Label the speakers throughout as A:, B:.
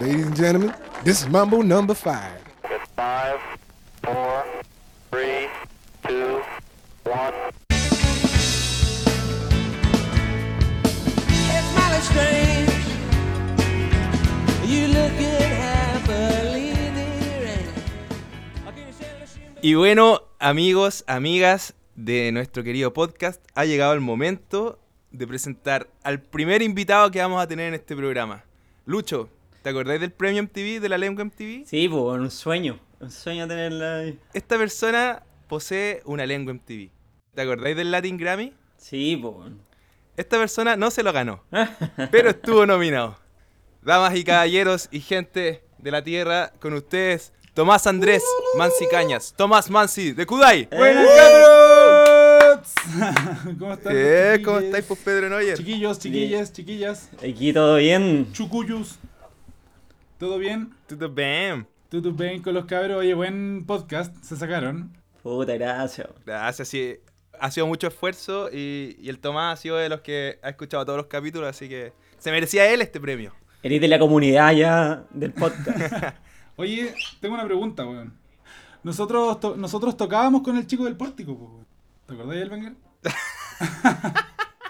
A: Ladies and gentlemen, this is Mambo number five.
B: Five, four, three, two, one.
C: It's mighty strange. You looking happily there and-
D: Y bueno, amigos, amigas de nuestro querido podcast, ha llegado el momento de presentar al primer invitado que vamos a tener en este programa. Lucho, ¿te acordáis del premio MTV, de la lengua MTV?
E: Sí, pues, un sueño. Un sueño tenerla ahí.
D: Esta persona posee una lengua MTV. ¿Te acordáis del Latin Grammy?
E: Sí, pues.
D: Esta persona no se lo ganó, pero estuvo nominado. Damas y caballeros y gente de la tierra, con ustedes, Tomás Andrés Mansi Cañas, Tomás Mansi de Kudai.
E: ¡Buenas,
F: ¿Cómo están?
D: Eh,
F: chiquillos?
D: ¿Cómo estáis, pues, Pedro Neuer?
F: Chiquillos, chiquillas, chiquillas,
E: Aquí todo bien.
F: chucuyus. ¿Todo bien?
D: Tudo bem.
F: ¿Todo bien con los cabros? Oye, buen podcast, se sacaron.
E: Puta, gracias.
D: Gracias, sí. Ha sido mucho esfuerzo y, y el Tomás ha sido de los que ha escuchado todos los capítulos, así que se merecía él este premio.
E: Eres de la comunidad ya del podcast.
F: Oye, tengo una pregunta, weón. Nosotros, to- nosotros tocábamos con el chico del pórtico, po, weón. ¿Te acordás del Banger?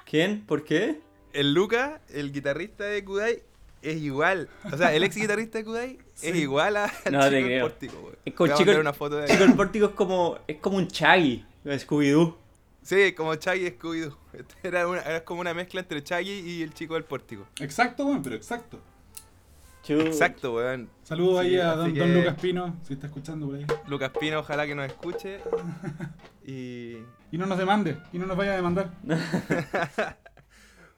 E: ¿Quién? ¿Por qué?
D: El Luca, el guitarrista de Kudai, es igual. O sea, el ex guitarrista de Kudai es igual a al
E: No
D: chico
E: te
D: del
E: creo.
D: pórtico, güey.
E: Es como
D: Voy a
E: chico-
D: mandar una foto de
E: Chico, el pórtico es como, es como un Chaggy, de Scooby-Doo.
D: Sí, como Chaggy y Scooby-Doo. Este Era, una- era como una mezcla entre Chaggy y el chico del pórtico.
F: Exacto, weón, pero exacto.
E: Chu-
D: Exacto, weón.
F: Saludos
D: Sí,
F: ahí a
D: así
F: don,
D: que-
F: don Lucas Pino, si está escuchando por ahí.
D: Lucas Pino, ojalá que nos escuche. Y
F: Y no nos demande, y no nos vaya a demandar.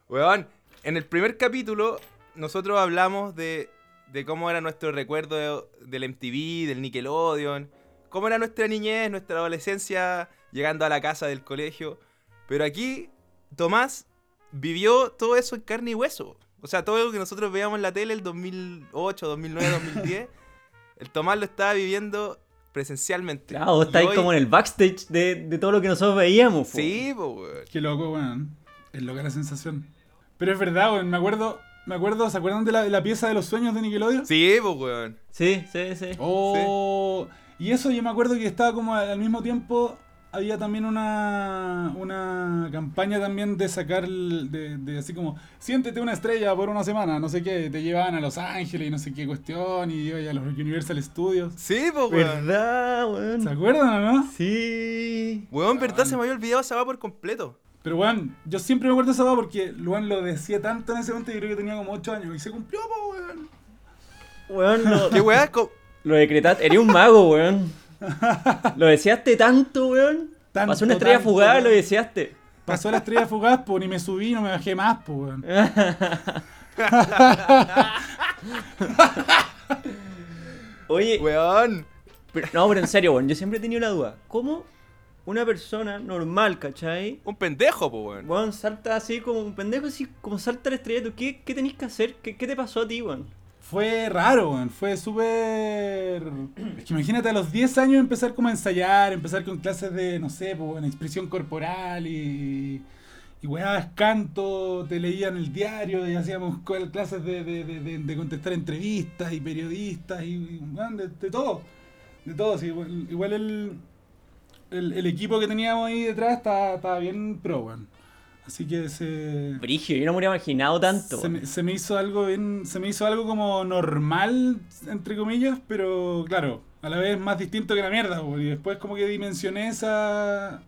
D: Weón, en el primer capítulo nosotros hablamos de, de cómo era nuestro recuerdo de- del MTV, del Nickelodeon, cómo era nuestra niñez, nuestra adolescencia, llegando a la casa del colegio. Pero aquí Tomás vivió todo eso en carne y hueso. O sea, todo lo que nosotros veíamos en la tele el 2008, 2009, 2010, el Tomás lo estaba viviendo presencialmente.
E: Claro, vos
D: Y
E: estáis
D: hoy-
E: como en el backstage de, de todo lo que nosotros veíamos. po.
D: Sí, po, weón.
F: Qué loco, weón. Es loca la sensación. Pero es verdad, weón, me acuerdo, me acuerdo, ¿se acuerdan de la, de la pieza de los sueños de Nickelodeon?
D: Sí, po, weón.
E: Sí, sí, sí.
F: Oh, y eso yo me acuerdo que estaba como al al mismo tiempo. Había también una, una campaña también de sacar, el- de, de así como, siéntete una estrella por una semana, no sé qué, te llevaban a Los Ángeles y no sé qué cuestión, y iba a los Universal Studios.
D: Sí, po, weón.
E: ¿Verdad,
F: ¿Se
E: weón?
F: acuerdan o no?
E: Sí.
D: Weón, verdad, se me había olvidado esa va por completo.
F: Pero weón, yo siempre me acuerdo esa weá porque Luan lo decía tanto en ese momento, yo creo que tenía como 8 años, y se cumplió, po, weón.
E: Weón, lo,
D: ¿Qué weá? Co-
E: lo decretaste. Eres un mago, weón. Lo deseaste tanto, weón.
F: Tanto,
E: Pasó una estrella
F: tanto,
E: fugada,
F: weón.
E: lo deseaste.
F: Pasó la estrella fugaz, po, ni me subí, no me bajé más, po, weón.
E: Oye,
D: Weón.
E: Pero- no, pero en serio, weón, yo siempre he tenido la duda. ¿Cómo una persona normal, cachai?
D: Un pendejo, po, weón.
E: Weón, salta así como un pendejo, así como salta la estrella. ¿Tú ¿Qué, qué tenés que hacer? ¿Qué, qué te pasó a ti, weón?
F: Fue raro, weón. Fue súper. Es que imagínate a los 10 años empezar como a ensayar, empezar con clases de, no sé, pues, expresión corporal y. Y weabas canto, te leían el diario y hacíamos cl- clases de, de- de- de- de contestar entrevistas y periodistas y. y, weón, de, de todo. De todo, sí. Igual, igual el, el. el equipo que teníamos ahí detrás estaba, estaba bien pro, weón. Así que se.
E: Brigio, yo no me hubiera imaginado tanto.
F: Se
E: weón.
F: me, se me hizo algo bien, se me hizo algo como normal, entre comillas, pero claro, a la vez más distinto que la mierda, po, y después como que dimensioné esa,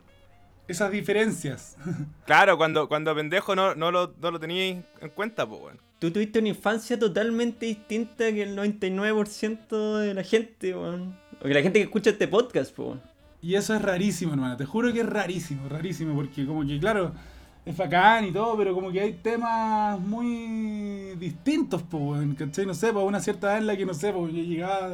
F: esas diferencias.
D: Claro, cuando, cuando pendejo no, no lo, no lo teníais en cuenta, po, weón.
E: Tú tuviste una infancia totalmente distinta que el 99% de la gente, weón. O que la gente que escucha este podcast, po, weón.
F: Y eso es rarísimo, hermano, te juro que es rarísimo, rarísimo, porque como que claro, es bacán y todo, pero como que hay temas muy distintos, pues, weón, ¿cachai? No sé, pues una cierta edad en la que no sé, pues yo llegaba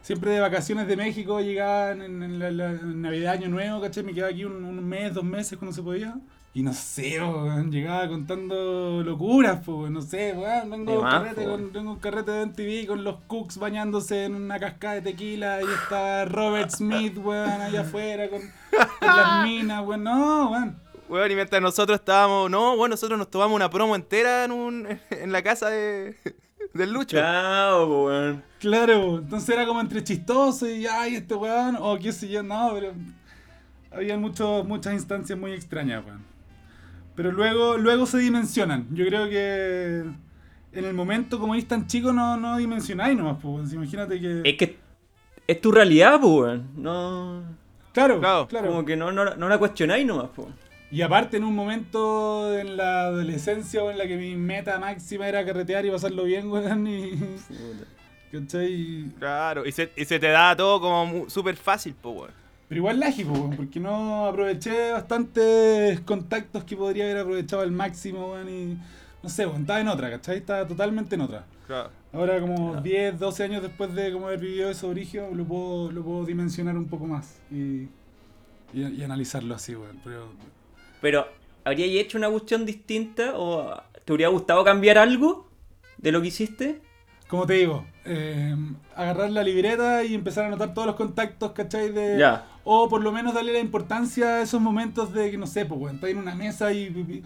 F: siempre de vacaciones de México, llegaba en, en la, la- en Navidad, Año Nuevo, ¿cachai? Me quedaba aquí un, un mes, dos meses cuando se podía. Y no sé, po, weón, llegaba contando locuras, pues, no sé, weón, tengo
E: De
F: un
E: más,
F: carrete
E: po.
F: con tengo un carrete de MTV con los Cooks bañándose en una cascada de tequila y está Robert Smith, weón, allá afuera con, con las minas, weón. No, weón.
D: Weón, y mientras nosotros estábamos. No, weón, nosotros nos tomamos una promo entera en, un, en la casa de. del Lucho.
E: Chao, po, weón.
F: Claro, entonces era como entre chistoso y ay, este weón, o qué sé yo, no, pero había muchos muchas instancias muy extrañas, weón. Pero luego, luego se dimensionan. Yo creo que en el momento, como eres tan chico, no, no dimensionáis nomás, pues, weón. Si imagínate que.
E: Es que es tu realidad, po, weón. No.
F: Claro,
D: Claro.
F: claro.
E: Como que no, no, la- no la cuestionáis nomás, po.
F: Y aparte, en un momento en la adolescencia o en la que mi meta máxima era carretear y pasarlo bien, weón, y. ¿Cachai?
D: Claro, y se, y se te da todo como mu- súper fácil, po, weón.
F: Pero igual lágico, weón, porque no aproveché bastantes contactos que podría haber aprovechado al máximo, weón, y no sé, weón, estaba en otra, ¿cachai? Estaba totalmente en otra.
D: Claro.
F: Ahora como 10, 12 años después de como haber vivido eso origen, lo puedo, lo puedo dimensionar un poco más y, y, y analizarlo así, weón. Pero
E: Pero, ¿habríais hecho una cuestión distinta o te hubiera gustado cambiar algo de lo que hiciste?
F: como te digo, eh, agarrar la libreta y empezar a anotar todos los contactos, ¿cachai? De,
E: Ya.
F: O por lo menos darle la importancia a esos momentos de que, no sé, pues, weón, estáis en una mesa y... y-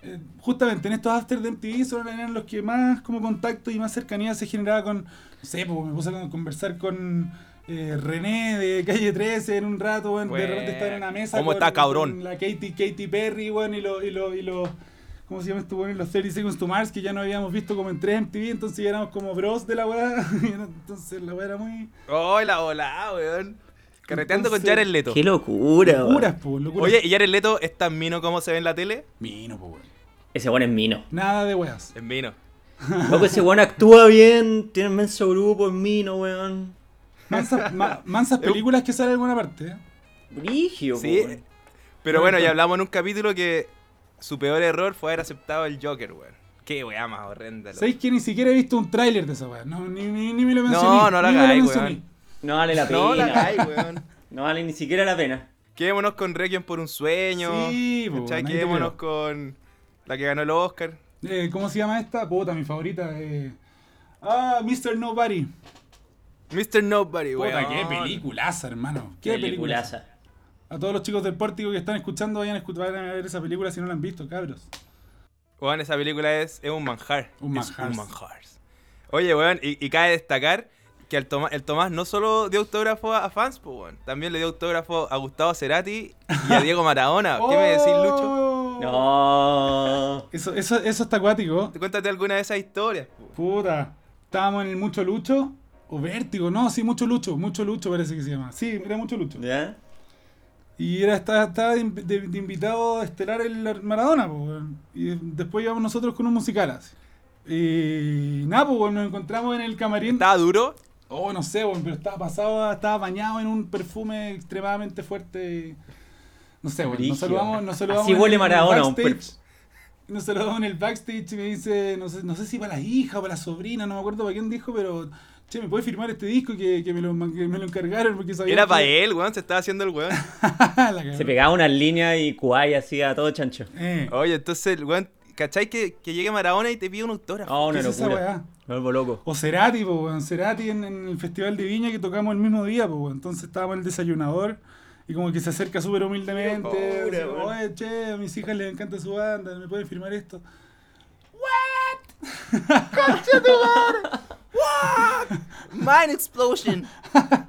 F: eh, justamente en estos after de MTV solo eran los que más como contacto y más cercanía se generaba con... No sé, pues, me puse a conversar con... eh, René de Calle 13 en un rato, weón, de
D: Bueno,
F: repente estaba en una mesa
D: ¿cómo
F: con,
D: está, cabrón?
F: con la Katy, Katy Perry, weón, y los... Y lo, y lo, ¿Cómo se llama esto, weón? Los 30 Seconds to Mars que ya no habíamos visto como en 3 MTV, entonces ya éramos como bros de la weá. Entonces la weá era muy...
D: ¡Oh, la hola, weón! Carreteando con
F: Entonces-
D: Jared Leto.
E: ¡Qué locura, weón!
F: Locuras, pues, locuras.
D: Oye, ¿y Jared Leto es tan mino como se ve en la tele?
F: Mino, pues, weón.
E: Ese weón es mino.
F: Nada de weas.
D: Es mino.
E: Loco, ese weón actúa bien, tiene un menso grupo, es mino, weón.
F: Mansas, ma- mansas películas que salen en alguna parte. ¿eh?
E: Brigio, po,
D: Sí.
E: weón.
D: pues, Pero bueno, ya
F: Cuenta.
D: hablamos en un capítulo que su peor error fue haber aceptado el Joker, weón. Qué weá más horrenda. loco.
F: ¿Sabéis que ni siquiera he visto un tráiler de esa wea? No, ni, ni, ni me lo mencioné.
D: No, no la
F: ni me lo
D: hagáis,
F: mencioné.
D: weón.
E: No vale la pena.
D: No la hagáis, weón.
E: No vale ni siquiera la pena.
D: Quedémonos con Requiem por un sueño.
F: Sí, po,
D: ¿cachai?
F: nadie te
D: Quedémonos
F: creo.
D: con la que ganó el Oscar.
F: Eh, ¿Cómo se llama esta? Puta, mi favorita. eh. Ah, Mr. Nobody.
D: Mr. Nobody, weón.
F: Puta, qué peliculaza, hermano. Qué peliculaza.
E: Peliculaza.
F: A todos los chicos del pórtico que están escuchando, vayan a, escuchar, vayan a ver esa película si no la han visto, cabros.
D: Weón, esa película es, es un manjar.
F: Un
D: Es
F: manjar.
D: un manjar. Oye, weón, y, y cabe destacar que el Tomás, el Tomás no solo dio autógrafo a, a fans, po, weón. También le dio autógrafo a Gustavo Cerati y a Diego Maradona. Ah, ¿Qué me decís, Lucho?
F: Oh.
E: No.
F: Eso, eso, eso está acuático.
D: Cuéntate alguna de esas historias, po.
F: Puta, estábamos en el Mucho Lucho. O Vértigo, no, sí, Mucho Lucho. Mucho Lucho parece que se llama. Sí, era Mucho Lucho.
E: ¿Ya?
F: Y era, estaba, estaba de, inv- de- de invitado estelar el Ar- Maradona, po, weón. Y después íbamos nosotros con un musical así. Y nada, pues, nos encontramos en el camarín.
D: ¿Estaba duro?
F: Oh, no sé, weón, pero estaba pasado, estaba bañado en un perfume extremadamente fuerte. No sé, weón.
E: Brígido.
F: Nos saludamos, nos saludamos.
E: Así
F: en
E: huele
F: el
E: Maradona, un
F: backstage.
E: perf-
F: Nos saludamos en el backstage y me dice, no sé, no sé si para la hija o para la sobrina, no me acuerdo para quién dijo, pero. Che, ¿me puedes firmar este disco que, que me, lo, que me lo encargaron? Porque sabía
D: Era
F: que-
D: para él, weón. Se estaba haciendo el weón.
F: La cagó.
E: Se pegaba unas líneas y Kuwait hacía todo chancho.
F: Eh.
D: Oye, entonces, el weón, ¿cachai que, que llegue Maradona y te pide un autógrafo?
E: No, Oh, una
F: ¿Qué es esa
E: locura.
F: weá?
E: Me vuelvo loco.
F: O Cerati, po, weón. Cerati en, en el Festival de Viña que tocamos el mismo día, po, weón. Entonces estábamos en el desayunador y como que se acerca súper humildemente.
D: Qué locura,
F: así como,
D: weón.
F: Oye, che, a mis hijas les encanta su banda, ¿me pueden firmar esto?
D: Mind Explosion.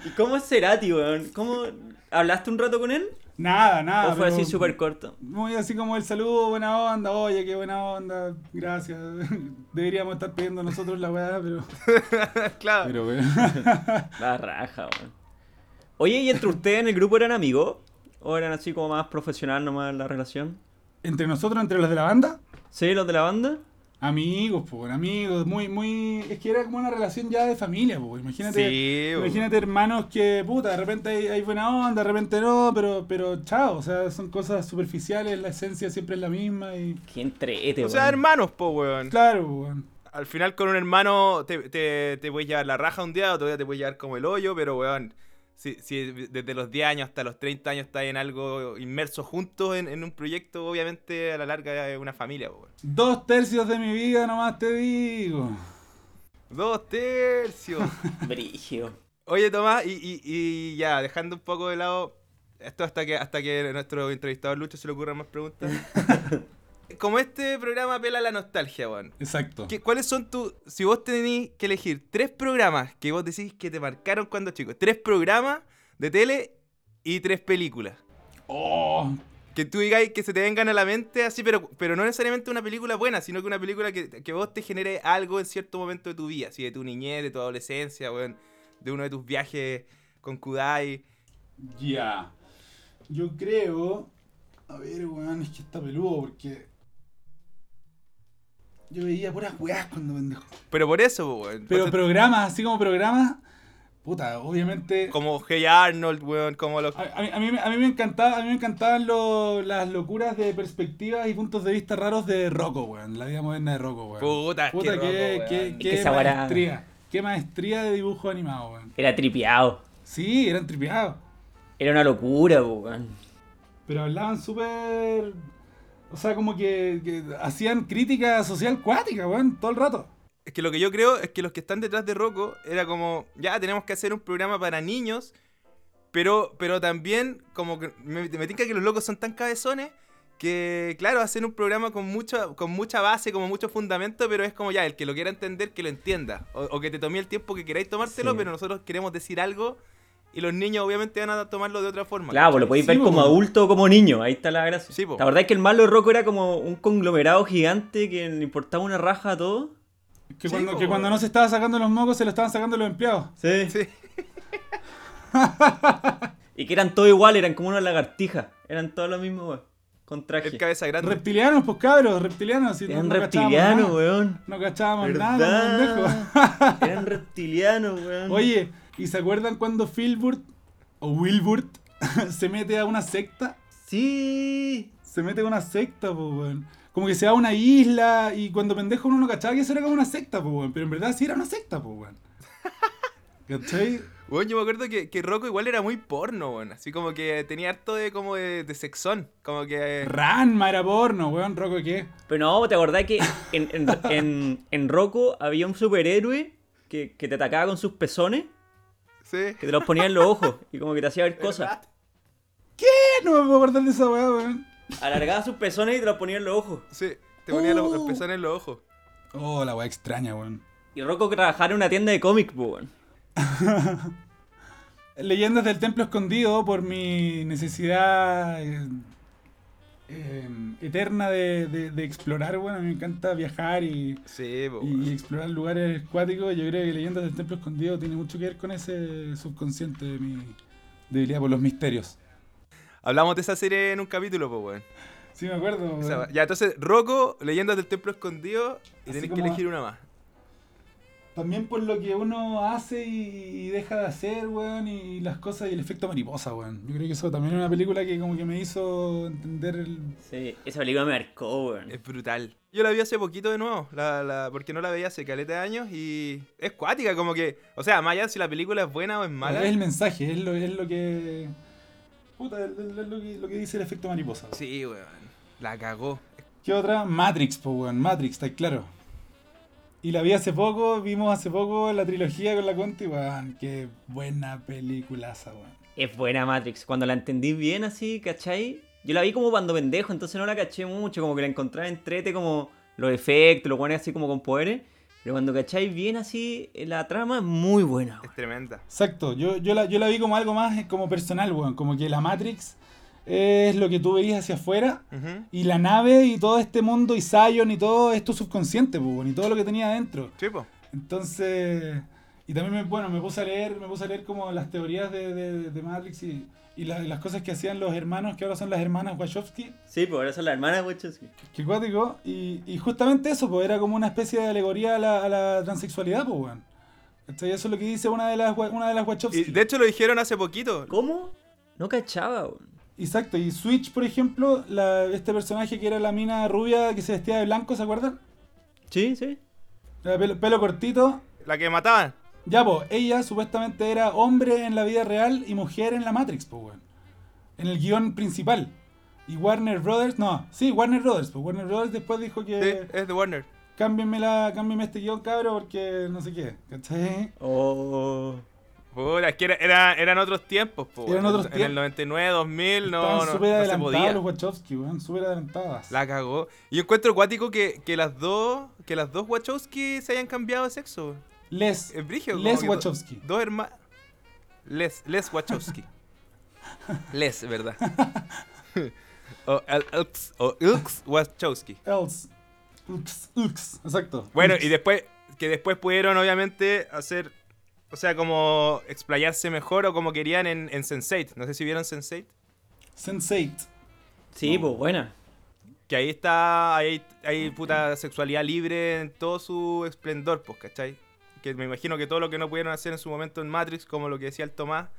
E: ¿Y cómo es Cerati, weón? ¿Cómo... ¿Hablaste un rato con él?
F: Nada, nada.
E: ¿O fue así
F: Ah, pero
E: súper corto?
F: Muy así como el saludo, buena onda, oye, qué buena onda, gracias. Deberíamos estar pidiendo nosotros la weá, pero...
D: claro.
F: Pero, weón.
E: La raja, weón. Oye, ¿y entre ustedes en el grupo eran amigos? ¿O eran así como más profesional nomás la relación?
F: ¿Entre nosotros, entre los de la banda?
E: ¿Sí, los de la banda?
F: Amigos, pues, amigos, muy, muy. Es que era como una relación ya de familia, pues. Imagínate,
D: Sí, po.
F: imagínate hermanos que, puta, de repente hay, hay buena onda, de repente no, pero, pero chao, o sea, son cosas superficiales, la esencia siempre es la misma y.
E: Qué entrete,
D: O sea,
E: weón.
D: hermanos, po, weón.
F: Claro, po, weón.
D: Al final con un hermano te, te, te puedes llevar la raja un día, otro día te puedes llevar como el hoyo, pero weón, si, si desde los 10 años hasta los 30 años estás en algo inmerso juntos en, en un proyecto, obviamente a la larga es una familia, po, weón.
F: Dos tercios de mi vida nomás te digo.
D: Dos tercios.
E: Brigio.
D: Oye, Tomás, y, y- y ya, dejando un poco de lado esto hasta que hasta que nuestro entrevistado Lucho se le ocurran más preguntas. como este programa apela a la nostalgia, weón.
F: Exacto.
D: ¿Qué- ¿Cuáles son tus. Si vos tenés que elegir tres programas que vos decís que te marcaron cuando chicos, tres programas de tele y tres películas.
F: Oh,
D: Que tú digáis que se te vengan a la mente así, pero, pero no necesariamente una película buena, sino que una película que, que vos te genere algo en cierto momento de tu vida, así de tu niñez, de tu adolescencia, weón, de uno de tus viajes con Kudai.
F: ya. Yo creo. A ver, weón, es que está peludo porque. Yo veía puras weas cuando pendejo.
D: Pero por eso, weón.
F: Pero
D: por-
F: programas, así como programas. Puta, obviamente.
D: Como Hey Arnold, weón, como los.
F: A, a mí, a mí me- a mí me encantaba, a mí me encantaban lo- las locuras de perspectivas y puntos de vista raros de Rocco, weón. La vida moderna de Rocco, weón.
D: Puta,
F: Puta,
D: qué
F: qué,
D: Rocco,
F: qué-
D: weón.
F: qué
E: que esa weá era-
F: maestría. Qué maestría de dibujo animado, weón.
E: Era tripeado.
F: Sí, eran tripeados.
E: Era una locura, po, weón.
F: Pero hablaban súper. O sea, como que, que hacían crítica social cuática, weón, todo el rato.
D: Es que lo que yo creo es que los que están detrás de Rocco era como, ya tenemos que hacer un programa para niños, pero, pero también como que me, me tinca que los locos son tan cabezones que, claro, hacen un programa con, mucho, con mucha base, como mucho fundamento, pero es como ya, el que lo quiera entender, que lo entienda. O, o que te tomé el tiempo que queráis tomártelo,
E: Sí.
D: pero nosotros queremos decir algo y los niños obviamente van a tomarlo de otra forma.
E: Claro, pues lo podéis
F: Sí,
E: ver
F: po,
E: como
F: weón.
E: adulto o como niño, ahí está la gracia.
D: Sí, po.
E: La verdad es que el malo de Rocco era como un conglomerado gigante que le importaba una raja a todo.
F: Que,
D: Sí,
F: cuando,
D: po,
F: que cuando
D: weón.
F: no se estaba sacando los mocos, se lo estaban sacando los empleados.
E: Sí.
D: Sí.
E: Y que eran todos igual, eran como una lagartija. Eran todos los mismos, weón. Con traje.
D: El cabeza grande.
F: Reptilianos, pues cabros, reptilianos. si
E: Eran
F: no- no cachábamos
E: reptilianos,
F: nada.
E: weón.
F: No cachábamos nada,
E: ¿Verdad?
F: pendejo.
E: Eran reptilianos, weón.
F: Oye, ¿y se acuerdan cuando Filbert o Wilbert se mete a una secta?
E: Sí.
F: Se mete a una secta, pues, weón. Como que se va a una isla y cuando pendejo uno no cachaba que eso era como una secta, pues, weón. Pero en verdad sí era una secta, pues, weón. ¿Cachai?
D: Bueno, yo me acuerdo que, que Rocco igual era muy porno, bueno, así como que tenía harto de como de, de sexón, como que...
F: Ranma era porno, weón. Rocco, ¿qué?
E: Pero no, ¿te acordás que en, en, en, en Rocco había un superhéroe que, que te atacaba con sus pezones,
D: Sí.
E: que te los ponía en los ojos y como que te hacía ver cosas?
F: Eh, No me puedo acordar de esa weá, weón.
E: Alargaba sus pezones y te los ponía en los ojos.
D: Sí, te ponía los, los
F: Oh.
D: pezones en los ojos.
F: Oh, la weá extraña, weón.
E: Y Rocco trabajaba en una tienda de cómics, po, weón.
F: Leyendas del Templo Escondido por mi necesidad eh, eh, eterna de, de- de explorar. Bueno, a mí me encanta viajar y,
D: Sí, po,
F: y-
D: weón.
F: y explorar lugares acuáticos. Yo creo que Leyendas del Templo Escondido tiene mucho que ver con ese subconsciente de mi debilidad por los misterios.
D: Hablamos de esa serie en un capítulo, pues, weón.
F: Sí, me acuerdo.
D: O sea,
F: weón.
D: ya, entonces, Rocco, Leyendas del Templo Escondido,
F: Así
D: y tenés que
F: como-
D: elegir una más.
F: También por lo que uno hace y, y deja de hacer, weón, y las cosas y el efecto mariposa, weón. Yo creo que eso también es una película que como que me hizo entender el...
E: Sí, esa película me marcó,
F: Mm.
E: weón.
D: Es brutal. Yo la vi hace poquito de nuevo, la, la- porque no la veía hace caleta de años, y es cuática, como que... O sea, más allá de si la película es buena o es mala...
F: Es el mensaje, es lo, es lo que. Puta, es lo, es lo que, lo que dice el efecto mariposa.
D: Sí, weón. La cagó.
F: ¿Qué otra? Matrix, po weón. Matrix, está claro. Y la vi hace poco, vimos hace poco la trilogía con la Conti, weón. Qué buena peliculaza, weón.
E: Es buena Matrix. Cuando la entendí bien así, ¿cachai? Yo la vi como cuando pendejo, entonces no la caché mucho, como que la encontraba entrete como los efectos, los guanes así como con poderes. Pero cuando cacháis bien así, eh, la trama es muy buena.
D: Es
E: weón.
D: tremenda.
F: Exacto, yo, yo, la, yo la vi como algo más eh, como personal, weón. Como que la Matrix es lo que tú veías hacia afuera.
D: Ujú.
F: Y la nave y todo este mundo y Zion y todo esto subconsciente, po, weón. Y todo lo que tenía adentro.
D: Sí, po.
F: Entonces, y también me, bueno, me puse a leer, me puse a leer como las teorías de, de, de Matrix y, y la- las cosas que hacían los hermanos, que ahora son las hermanas Wachowski,
E: Sí, pues ahora son las hermanas, Wachowski.
F: que cuático, y, y justamente eso, pues era como una especie de alegoría a la, a la transexualidad, pues weón. ¿Cachai? Eso es lo que dice una de las wa- una de las Wachowski.
D: Y de hecho lo dijeron hace poquito.
E: ¿Cómo? No cachaba, weón.
F: Exacto, y Switch, por ejemplo, la, este personaje que era la mina rubia que se vestía de blanco, ¿se acuerdan?
E: Sí, sí.
F: Era pelo- pelo cortito,
D: La que mataban.
F: Ya, pues, ella supuestamente era hombre en la vida real y mujer en la Matrix, pues, weón. En el guión principal. Y Warner Brothers, no, sí, Warner Brothers, pues Warner Brothers después dijo
D: Sí,
F: que
D: es de Warner.
F: cámbienme, la, cámbienme este guión, cabro, porque no sé qué, ¿cachai?
E: Oh.
D: Puta, es que era- era- eran otros tiempos, po,
F: Eran
D: weón.
F: otros
D: En el
F: tiempos.
D: 99, 2000, no,
F: Estaban
D: no,
F: súper
D: no se
F: adelantadas
D: podía.
F: los Wachowski, weón. Súper adelantadas.
D: La cagó. Y encuentro acuático que, que las dos que las dos Wachowski se hayan cambiado de sexo. weón.
F: Les.
D: Es brígido. como
F: Les
D: que do-
F: Wachowski.
D: dos hermanos. Les, Les Wachowski. Les, ¿verdad? o el- Elks, o Elks Wachowski.
F: Else. Ux, ux. Exacto.
D: Bueno,
F: Ux.
D: y después, que después pudieron obviamente hacer, o sea, como explayarse mejor o como querían en, en Sense8. No sé si vieron Sense8.
F: Sense8.
E: Sí, pues buena.
D: Que ahí está, ahí hay puta sexualidad libre en todo su esplendor, pues, ¿cachai? Que me imagino que todo lo que no pudieron hacer en su momento en Matrix, como lo que decía el Tomás,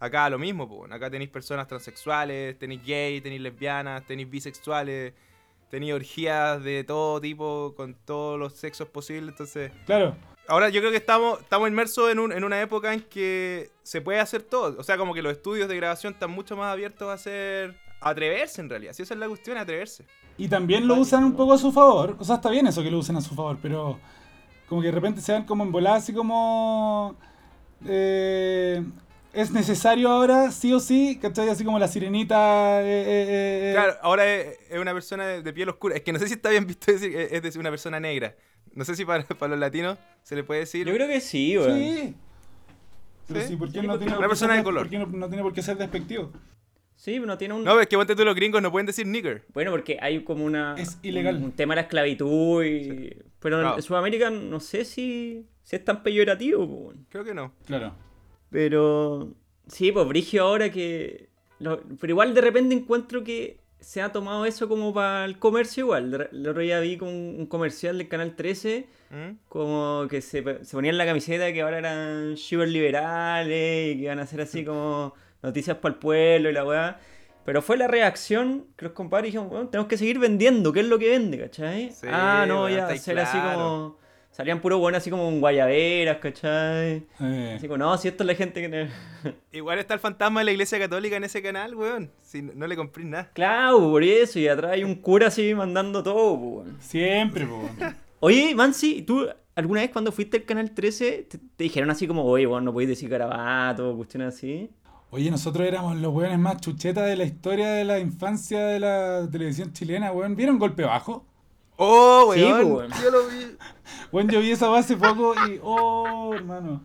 D: acá lo mismo, pues. Acá tenéis personas transexuales, tenéis gay, tenéis lesbianas, tenéis bisexuales, tenéis orgías de todo tipo, con todos los sexos posibles, entonces...
F: Claro.
D: Ahora yo creo que estamos, estamos inmersos en, un- en una época en que se puede hacer todo. O sea, como que los estudios de grabación están mucho más abiertos a hacer... a atreverse en realidad. Si esa es la cuestión, atreverse.
F: Y también lo usan un poco a su favor. O sea, está bien eso que lo usen a su favor, pero como que de repente se dan como en volada, así como. eh, es necesario ahora, sí o sí, ¿cachai? Así como la sirenita. eh, eh, eh,
D: Claro, ahora es, es una persona de, de piel oscura. Es que no sé si está bien visto decir que es decir una persona negra. No sé si para, para los latinos se le puede decir.
E: Yo creo que sí, weón. Sí.
F: Sí. Pero
D: Sí.
F: sí, ¿por qué no tiene
D: Una
F: por qué
D: persona
F: ser-
D: de color.
F: por qué no, no tiene por qué ser despectivo?
E: pero pues, no tiene un.
D: No, pero es que ponte tú los gringos no pueden decir nigger.
E: Bueno, porque hay como una.
F: Es ilegal.
E: Un, un tema de la esclavitud y. Pero
D: Claro.
E: en Sudamérica no sé si, si es tan peyorativo, po, weón.
D: Creo que no.
F: Claro.
E: Pero. Sí, pues Brigio ahora que. lo- pero igual de repente encuentro que se ha tomado eso como para el comercio igual. De re- El otro día vi como un un comercial del Canal 13
D: ¿Mm?
E: como que se, pe- se ponían la camiseta que ahora eran super liberales y que iban a hacer
D: Mm.
E: así como noticias para el pueblo y la weá. Pero fue la reacción que los compadres dijeron, "Weón, tenemos que seguir vendiendo, ¿qué es lo que vende, cachai?
D: Sí,
E: ah, no,
D: weón,
E: ya,
D: estáis
E: hacer así
D: claro.
E: como... Salían puro bueno así como en guayaberas, cachai.
F: Eh,
E: Así como, no, si esto es la gente que... no-".
D: Igual está el fantasma de la iglesia católica en ese canal, weón. Si no, no le compré nada.
E: Claro, por eso, y atrás hay un cura así mandando todo, po, weón.
F: siempre, po.
E: Oye, Mansi, ¿tú alguna vez cuando fuiste al Canal 13 te, te dijeron así como, oye, weón, no podéis decir carabato, cuestiones así?
F: Oye, nosotros éramos los weones más chuchetas de la historia de la infancia de la televisión chilena, weón. ¿Vieron golpe bajo?
D: Oh,
E: Sí, pues,
D: weón.
E: weón.
D: Yo lo vi.
F: Bueno, yo vi esa base hace poco y. ¡Oh, hermano!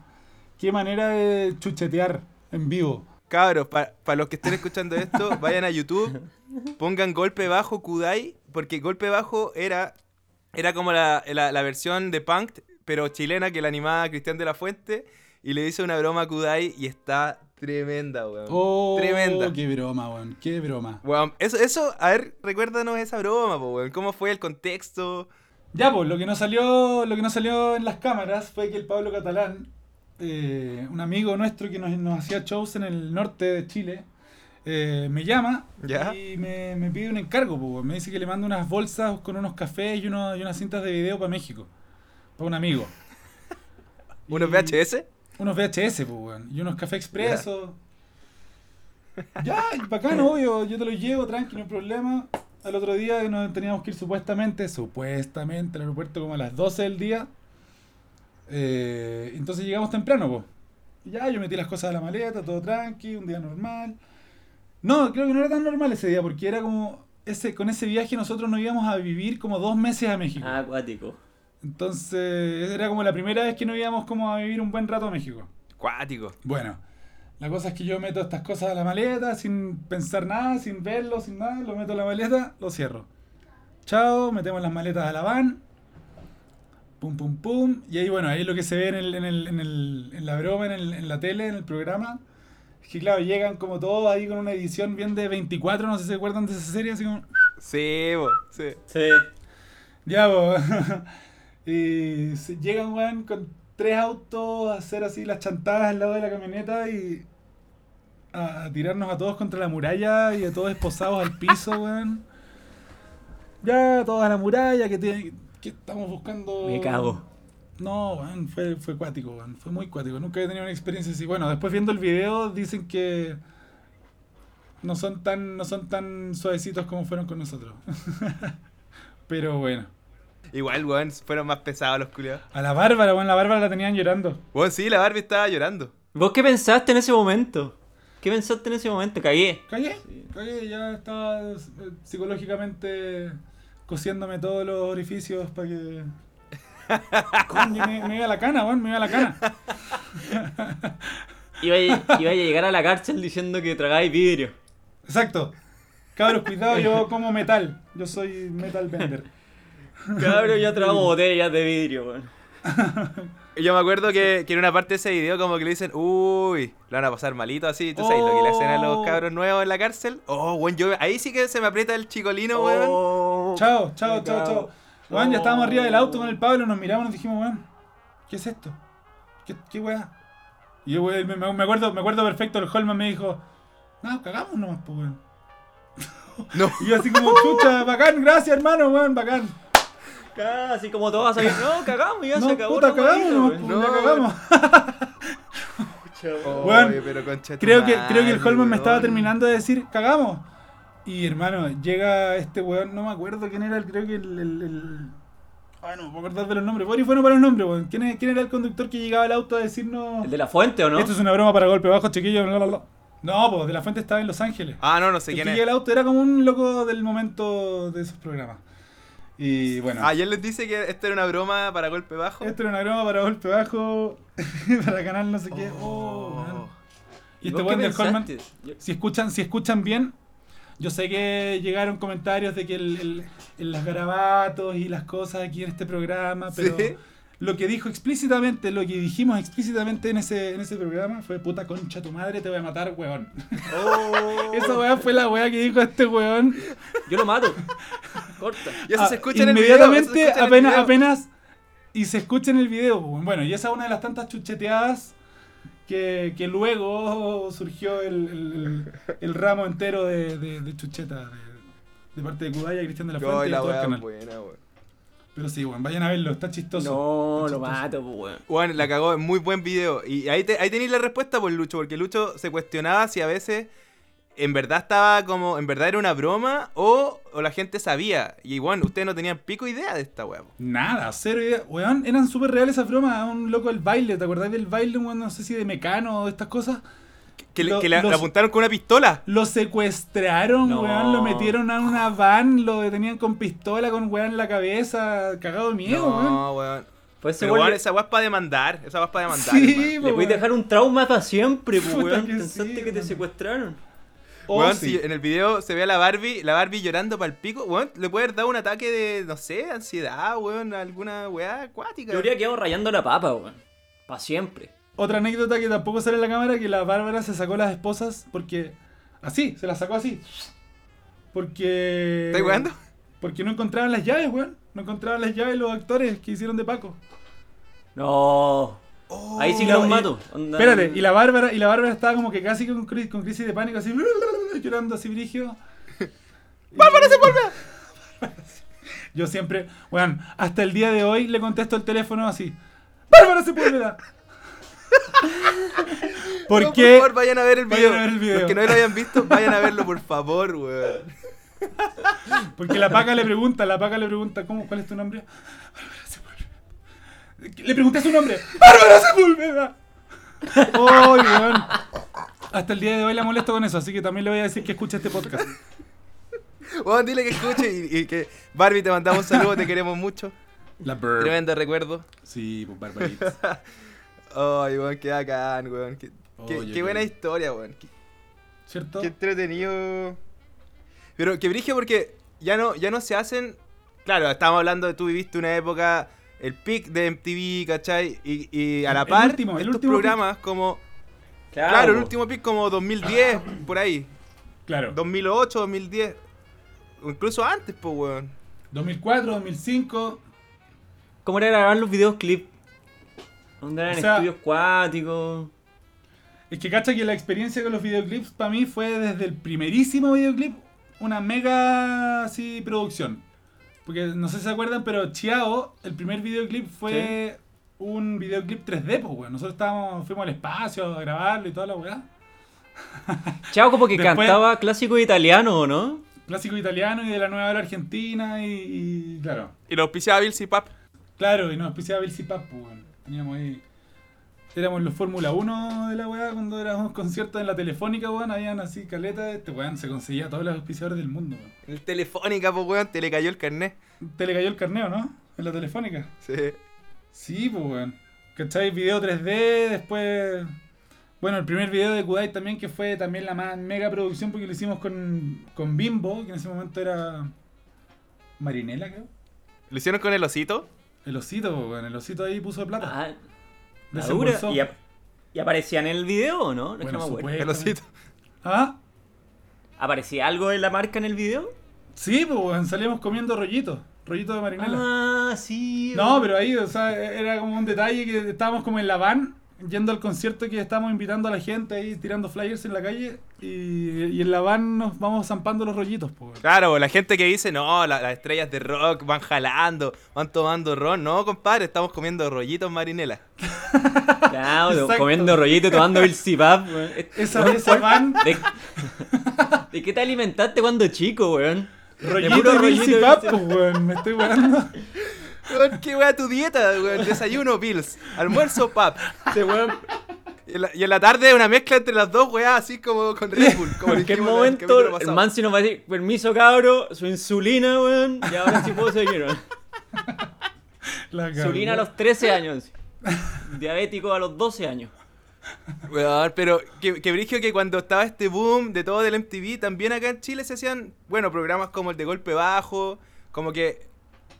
F: ¡Qué manera de chuchetear en vivo!
D: Cabros, para los que estén escuchando esto, vayan a YouTube, pongan golpe bajo Kudai, porque golpe bajo era, era como la, la- la versión de Punk, pero chilena que la animaba Cristian de la Fuente, y le hizo una broma a Kudai y está tremenda, weón.
F: ¡Oh!
D: tremenda.
F: ¡Qué broma, weón! ¡Qué broma!
D: Weón, eso, eso, a ver, recuérdanos esa broma, po, weón. ¿Cómo fue el contexto?
F: Ya, pues, lo que no salió, lo que no salió en las cámaras fue que el Pablo Catalán, eh, un amigo nuestro que nos, nos hacía shows en el norte de Chile, eh, me llama
D: Ya.
F: y me, me pide un encargo, pues, weón. me dice que le mando unas bolsas con unos cafés y, uno- y unas cintas de video para México, para un amigo.
D: ¿Unos
F: Y-
D: VHS?
F: Unos VHS, pues, weón. Y unos café expresos. Ya, y bacán, obvio. Yo te los llevo, tranqui, no hay problema. Al otro día que nos teníamos que ir supuestamente, supuestamente, al aeropuerto como a las 12 del día. Eh, entonces llegamos temprano, pues. Ya, yo metí las cosas a la maleta, todo tranqui, un día normal. No, creo que no era tan normal ese día, porque era como... Ese, con ese viaje nosotros nos íbamos a vivir como dos meses a México.
E: Ah, acuático.
F: Entonces era como la primera vez que nos íbamos como a vivir un buen rato a México.
D: Cuático.
F: Bueno, la cosa es que yo meto estas cosas a la maleta sin pensar nada, sin verlo, sin nada. Lo meto a la maleta, lo cierro. Chao, metemos las maletas a la van. Pum, pum, pum. Y ahí, bueno, ahí lo que se ve en, el- en el- en el- en la broma, en, el- en la tele, en el programa. Es que, claro, llegan como todos ahí con una edición bien de 24, no sé si se acuerdan de esa serie, así como...
D: Sí, po, sí.
E: Sí.
F: Ya, po. y se- llegan, weón, con tres autos a hacer así las chantadas al lado de la camioneta y a, a tirarnos a todos contra la muralla y a todos esposados al piso, weón. Ya, toda la muralla que tiene- que estamos buscando.
E: Me cago.
F: No, weón, fue, fue cuático, weón. Fue muy cuático. Nunca he tenido una experiencia así. Bueno, después viendo el video dicen que no son tan, no son tan suavecitos como fueron con nosotros. Pero bueno.
D: Igual, weón, fueron más pesados los culiados.
F: A la Bárbara, weón, la Bárbara la tenían llorando.
D: Weón, sí, la Barbie estaba llorando.
E: ¿Vos qué pensaste en ese momento? ¿Qué pensaste en ese momento? Cagué.
F: Cagué, cagué, ya estaba eh, psicológicamente cosiéndome todos los orificios para que. Coño, me, me iba a la cana, weón, me iba a la cana.
E: Iba a, iba a llegar a la cárcel diciendo que tragáis vidrio.
F: Exacto. Cabros, cuidado, yo como metal. Yo soy metal bender.
E: Cabrón, yo trago botellas de vidrio, weón.
D: Y Yo me acuerdo que, que en una parte de ese video como que le dicen, uy, lo van a pasar malito así, tú sabes lo que le hacen a los
F: Oh.
D: cabros nuevos en la cárcel. Oh, weón, yo ahí sí que se me aprieta el chicolino, weón.
E: Oh,
F: Chao, chao, chao, chao. Weón, ya estábamos arriba del auto con el Pablo, nos miramos, nos dijimos, weón, ¿qué es esto? ¿Qué, qué weá? Y yo, weón, me, me acuerdo, me acuerdo perfecto, el Holman me dijo, no, cagamos nomás, pues, weón.
D: No.
F: Y yo así como, chucha, bacán, gracias, hermano, weón, bacán.
E: Casi como todos a No, cagamos, ya se
F: No,
E: acabó.
F: puta,
E: la
F: cagamos
E: huevita,
F: nomás,
E: weón.
F: pues,
D: No,
F: ya cagamos.
D: Oh,
F: Weón,
D: oye, pero concha de tu
F: Creo que, creo que el
D: madre,
F: Holman me estaba
D: weón.
F: terminando de decir, cagamos. Y hermano, llega este weón, no me acuerdo quién era, el- creo que el. el, el- Ay, no me puedo acordar de los nombres. Boris, bueno para los nombres, weón. ¿Quién, es- quién era el conductor que llegaba al auto a decirnos.
E: El de la fuente, ¿o no?
F: Esto es una broma para golpe bajo, chiquillo. bla, bla, bla"? No, pues de la fuente estaba en Los Ángeles.
D: Ah, no, no sé
F: el que
D: quién
F: llega
D: es.
F: al auto era como un loco del momento de esos programas. Y bueno.
D: Ayer Ah, les dice que esto era una broma para golpe bajo.
F: Esto era una broma para golpe bajo, para canal no sé qué. Oh, weón. Y
E: ¿Y
F: este
E: vos
F: weón
E: qué
F: del Holman,
E: pensaste? Yo-
F: si escuchan, si escuchan bien, yo sé que llegaron comentarios de que el, el- el- los garabatos y las cosas aquí en este programa, pero
D: Sí.
F: lo que dijo explícitamente, lo que dijimos explícitamente en ese, en ese programa fue puta concha tu madre, te voy a matar, weón. Esa weá fue la weá que dijo este weón.
E: Yo lo mato. Corta.
D: Y eso
F: Ah,
D: se escucha en el video.
F: inmediatamente,
D: eso se escucha en el
F: apenas,
D: video.
F: apenas, y se escucha en el video. pues. Bueno, y esa es una de las tantas chucheteadas que, que luego surgió el, el- el- el ramo entero de, de, de chucheta de, de parte de Kudaya, Cristian de la Fuente
D: No,
F: y
D: la
F: todo el
D: weá
F: canal.
D: buena, weón.
F: Pero sí, bueno, vayan a verlo, está chistoso.
E: No,
F: Está
E: lo
F: chistoso.
E: mato, pues, weón.
D: Juan, la cagó, es muy buen video. Y ahí, te- ahí tenéis la respuesta por Lucho, porque Lucho se cuestionaba si a veces en verdad estaba como, en verdad era una broma o, o la gente sabía. Y bueno, ustedes no tenían pico idea de esta weá. po.
F: Nada, cero idea. Weón, eran súper reales esas bromas. Un loco del baile, ¿te acordás del baile? Un weón, no sé si de Mecano o de estas cosas.
D: Que, le-
F: Lo-
D: que la-
F: los-
D: la apuntaron con una pistola.
F: Lo secuestraron,
E: No.
F: weón, lo metieron a una van, lo detenían con pistola, con weón en la cabeza, cagado de miedo, weón.
D: No, weón.
E: Pues ese
D: Pero
E: weón
D: weón,
E: le-
D: esa weá es para demandar. Esa weá es para demandar.
F: Sí, pues,
D: hermano.
E: Le
F: weón.
E: podéis dejar un trauma para siempre, pues,
F: Puta
E: weón.
F: que
E: Pensaste
F: sí,
E: que te
F: weón.
E: secuestraron.
F: Oh,
D: Weón,
F: sí.
D: si en el video se ve a la Barbie, la Barbie llorando para el pico, weón, le puede haber dado un ataque de, no sé, ansiedad, weón, alguna weá acuática.
E: Yo habría quedado rayando la papa, weón. Para siempre.
F: Otra anécdota que tampoco sale en la cámara, que la Bárbara se sacó las esposas porque... Así, se las sacó así. Porque...
D: ¿Estás weando?
F: Porque no encontraban las llaves, weón. No encontraban las llaves los actores que hicieron de Paco.
E: No. Ahí sí que los
F: Oh, y-
E: mato. Onda-
F: Espérate, y la Bárbara, y la Bárbara estaba como que casi con, cri- con crisis de pánico, así llorando así brigio. ¡Bárbara se vuelve! Yo siempre, weón, hasta el día de hoy le contesto el teléfono así. ¡Bárbara Sepúlveda! ¿Por
D: No,
F: qué?
D: favor, vayan a ver el
F: Vayan
D: video.
F: a ver el video.
D: Los que no lo hayan visto, vayan a verlo, por favor, weón.
F: Porque la paca le pregunta, la paca le pregunta, ¿cómo, ¿cuál es tu nombre? Bárbara Sepúlveda. Le pregunté su nombre. ¡Bárbara Sepúlveda! ¡Ay, weón! Hasta el día de hoy la molesto con eso, así que también le voy a decir que escuche este podcast.
D: Weón, dile que escuche y, y que Barbie te mandamos un saludo, te queremos mucho.
F: La Bird.
D: Tremendo recuerdo.
F: Sí, pues Barbarita.
D: Ay, weón, qué bacán, weón. Qué, qué-
F: Oye,
D: qué buena
F: qué-
D: historia, weón. Qué,
F: ¿Cierto?
D: qué entretenido. Pero que brige porque ya no, ya no se hacen. Claro, estábamos hablando de tú viviste una época, el pic de MTV, ¿cachai? Y, y a la
F: El
D: par,
F: último, el
D: estos
F: último pic.
D: programas como.
E: Claro,
D: Claro, el
E: po.
D: último pic como 2010, por ahí.
F: Claro.
D: 2008, 2010. o Incluso antes, pues, weón.
F: 2004, 2005.
E: ¿Cómo era grabar los videoclips? Onda eran
F: O sea-
E: estudios cuáticos.
F: Es que cacha que la experiencia con los videoclips para mí fue desde el primerísimo videoclip una mega así producción. Porque no sé si se acuerdan, pero Chiao, el primer videoclip fue un videoclip 3D, pues, weón. Nosotros estábamos, fuimos al espacio a grabarlo y toda la weá.
E: Chao, como que
F: Después-
E: cantaba clásico italiano, ¿o ¿no?
F: Clásico italiano y de la nueva ola argentina y, y claro.
D: Y lo auspiciaba Bill Pap.
F: Claro, y nos auspiciaba Bill Cipap, pues, weón. Teníamos ahí. Éramos los Fórmula 1 de la weá cuando éramos conciertos en la Telefónica, weón. Habían así caleta. Este weón se conseguía a todos los auspiciadores del mundo, weón.
D: El Telefónica, pues, weón, te le cayó el carnet.
F: Te le cayó el carneo, ¿no? En la Telefónica.
D: Sí.
F: Sí, pues, weón. ¿Cachai? Video 3D, después... Bueno, el primer video de Kudai también, que fue también la más mega producción, porque lo hicimos con, con Bimbo, que en ese momento era... Marinela, creo.
D: ¿Lo hicieron con el osito?
F: El osito, pues, weón. El osito ahí puso plata.
E: Ah, la dura.
F: Desembolsó.
E: ¿Y, ap- y aparecía en el video o no? No es que
F: Bueno,
E: no me acuerdo.
F: supuesto.
D: El osito.
F: ¿Ah?
E: ¿Aparecía algo de la marca en el video?
F: Sí, pues, weón. Salíamos comiendo rollitos. Rollitos de marinela.
E: Ah, sí.
F: No,
E: weón.
F: pero ahí, o sea, e-, era como un detalle que estábamos como en la van, yendo al concierto que estábamos invitando a la gente ahí, tirando flyers en la calle, y, y en la van nos vamos zampando los rollitos, po. weón.
D: Claro, la gente que dice, no, la- las estrellas de rock van jalando, van tomando ron. No, compadre, estamos comiendo rollitos marinela.
E: Claro,
F: Exacto.
E: comiendo rollito y tomando el cipap, weón.
F: Esa, esa van,
E: ¿De... ¿De qué te alimentaste cuando chico, weón?
F: rollito y
E: rollito,
F: Dixie Cup, po, weón, me estoy weando.
D: Weón, ¿Qué wea tu dieta? weón? Desayuno, pills. Almuerzo, pap.
F: Este weón,
D: Y en, la, y en la tarde una mezcla entre las dos weas, así como con Red Bull. Como
E: ¿En qué
D: dijimos en el capítulo
E: momento el
D: pasado.
E: Mansi nos va a decir, permiso cabro, su insulina, weón, y ahora sí puedo seguir, weón?
F: la cagó.
E: Insulina a los 13 años. Diabético a los 12 años.
D: Weón, pero que, que brigio que cuando estaba este boom de todo del MTV, también acá en Chile se hacían, bueno, programas como el de Golpe Bajo, como que...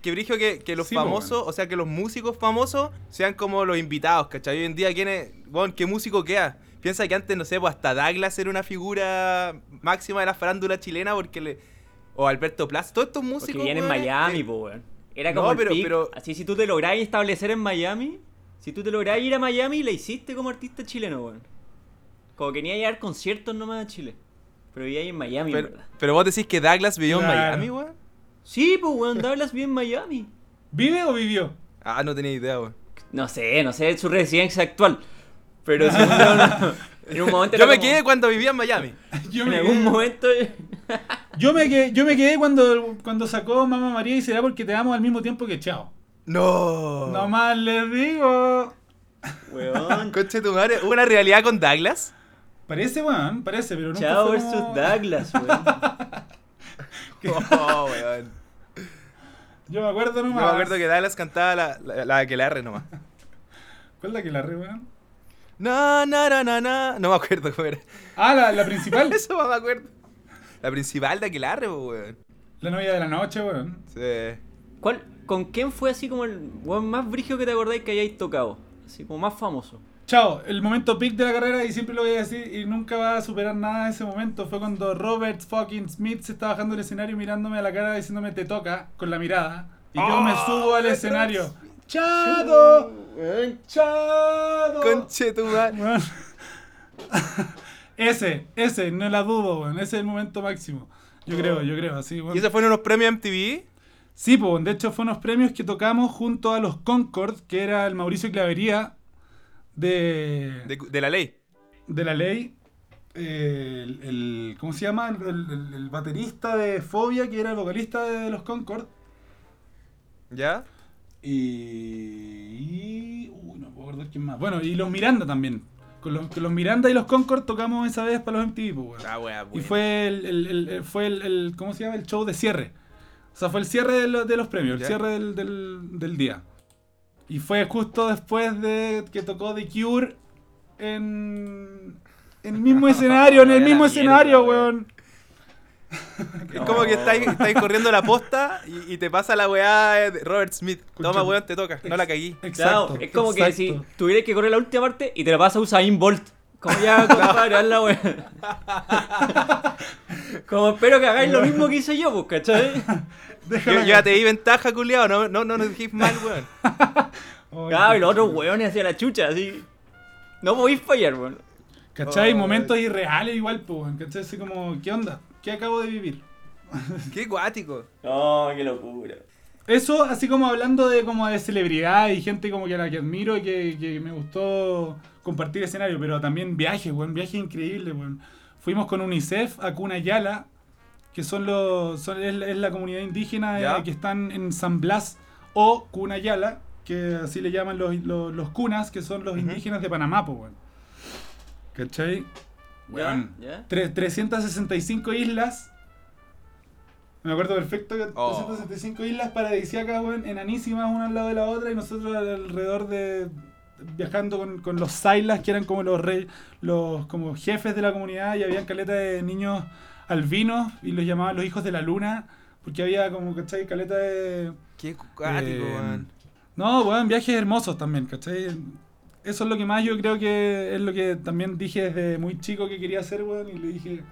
D: Que brigio que, que los
F: Sí, po,
D: famosos,
F: weón.
D: o sea, que los músicos famosos sean como los invitados, ¿cachai? Hoy en día, ¿quién es? Weón, ¿qué músico queda? Piensa que antes, no sé, pues hasta Douglas era una figura máxima de la farándula chilena porque le... O Alberto Plaza, todos estos músicos...
E: Porque vivían en
D: weón,
E: Miami,
D: eh,
E: po, weón. Era
D: no,
E: como el
D: pero-
E: pic.
D: pero-
E: Así si tú te lográs establecer en Miami, si tú te lográs ir a Miami, la hiciste como artista chileno, weón. Como que ni a llegar conciertos nomás a Chile. Pero vivías en Miami, en
D: pero,
E: ¿verdad?
D: pero vos decís que Douglas vivió en
F: Claro.
D: Miami, weón.
E: Sí, pues, weón, Douglas vive en Miami.
F: ¿Vive o vivió?
D: Ah, no tenía idea, weón.
E: No sé, no sé su residencia actual. Pero según yo, no- en un momento
D: Yo
E: era
D: me
E: como-
D: quedé cuando vivía en Miami.
F: Yo
E: En
F: me,
E: algún
F: quedé,
E: momento.
F: yo me quedé, yo me quedé cuando, cuando sacó Mamá María y será porque te amo al mismo tiempo que Chao.
E: Oh.
D: No.
F: Nomás les digo.
E: Weón.
D: Conche tu madre, ¿hubo una realidad con Douglas?
F: Parece, weón, parece, pero nunca
E: Chao
F: fue
E: versus
F: como-
E: Douglas, weón.
D: Oh, weón.
F: Yo me acuerdo
D: Yo
F: nomás.
D: me acuerdo que Douglas cantaba la, la, la aquelarre nomás.
F: ¿Cuál la que la re, weón?
D: No, no, no, no, no. No me acuerdo cómo era.
F: Ah, la, la principal.
D: Eso no me acuerdo. La principal de aquelarre, po, weón.
F: la novia de la noche, weón.
D: Sí.
E: ¿Cuál, ¿Con quién fue así como el weón más brigio que te acordáis que hayáis tocado? Así como más famoso.
F: Chao, el momento peak de la carrera y siempre lo voy a decir y nunca va a superar nada ese momento. Fue cuando Robert fucking Smith se está bajando del escenario y mirándome a la cara diciéndome te toca con la mirada. Y yo
D: Ah,
F: me subo al escenario. ¡Chado! ¡Chado!
D: Conche tu madre.
F: Weón. ese, ese, no la dudo, weón. Ese es el momento máximo. Yo creo, yo creo, así, weón.
D: ¿Y esos fueron unos premios MTV?
F: Sí, pues, de hecho fue unos premios que tocamos junto a los Concord, que era el Mauricio Clavería de,
D: De,
F: de,
D: de la ley.
F: la ley. eh, el, el- ¿Cómo se llama? El, el- el- el baterista de Fobia, que era el vocalista de los Concord.
D: ¿Ya?
F: Y. Uy, no puedo acordar quién más. Bueno, y los Miranda también. Con los, con los Miranda y los Concord tocamos esa vez para los MTV, pues, weón.
D: Ah, weón.
F: Y fue el, el- el- el- fue el, el- ¿cómo se llama? El show de cierre. O sea, fue el cierre de, lo- de los premios, el
D: Ya.
F: cierre del, del- del día. Y fue justo después de que tocó The Cure en, en el mismo escenario, en el
E: Vaya
F: mismo
E: la
F: escenario,
E: mierda,
F: weón.
D: Es como que estáis, estáis corriendo la posta y, y te pasa la weá de Robert Smith. Toma, weón, te toca. No la caguí.
F: Exacto.
E: Claro, es como que si
F: exacto.
E: tuvierais que correr la última parte y te la pasa Usain Bolt. Como ya, compadre, haz la weón. como espero que hagáis lo mismo que hice yo, pues, ¿cachai?
D: Yo,
F: Déjala
D: yo ya te di ventaja, culiao. No, no, no nos dijiste mal, weón.
F: Oye,
E: Claro, y los otros weones hacia la chucha, así. No podéis fallar, weón.
F: ¿Cachai?
D: Oh,
F: Momentos irreales igual, pues, weón, ¿cachai? Así como, ¿qué onda? ¿Qué acabo de vivir?
D: Qué guático.
E: No, qué locura.
F: Eso, así como hablando de como de celebridad y gente como que a la que admiro y que, que me gustó compartir escenario, pero también viajes, weón, viajes increíbles, weón. Fuimos con UNICEF a Cunayala, que son los, son, es, la- es la comunidad indígena eh,
D: Ya.
F: que están en San Blas o Cunayala, que así le llaman los, los, los cunas, que son los indígenas de Panamá, po, weón. ¿Cachai? Weón.
E: ya.
F: Tre- 365 islas. Me acuerdo perfecto que
D: Oh.
F: 365 islas paradisíacas, weón, enanísimas una al lado de la otra y nosotros alrededor de viajando con, con los Sailas, que eran como los rey, los como jefes de la comunidad y habían caleta de niños albinos y los llamaban los hijos de la luna, porque había como, ¿cachai? Caleta de...
D: Qué cuático,
F: Eh,
D: weón.
F: No, weón, viajes hermosos también, ¿cachai? Eso es lo que más yo creo que es lo que también dije desde muy chico que quería hacer, weón, y le dije...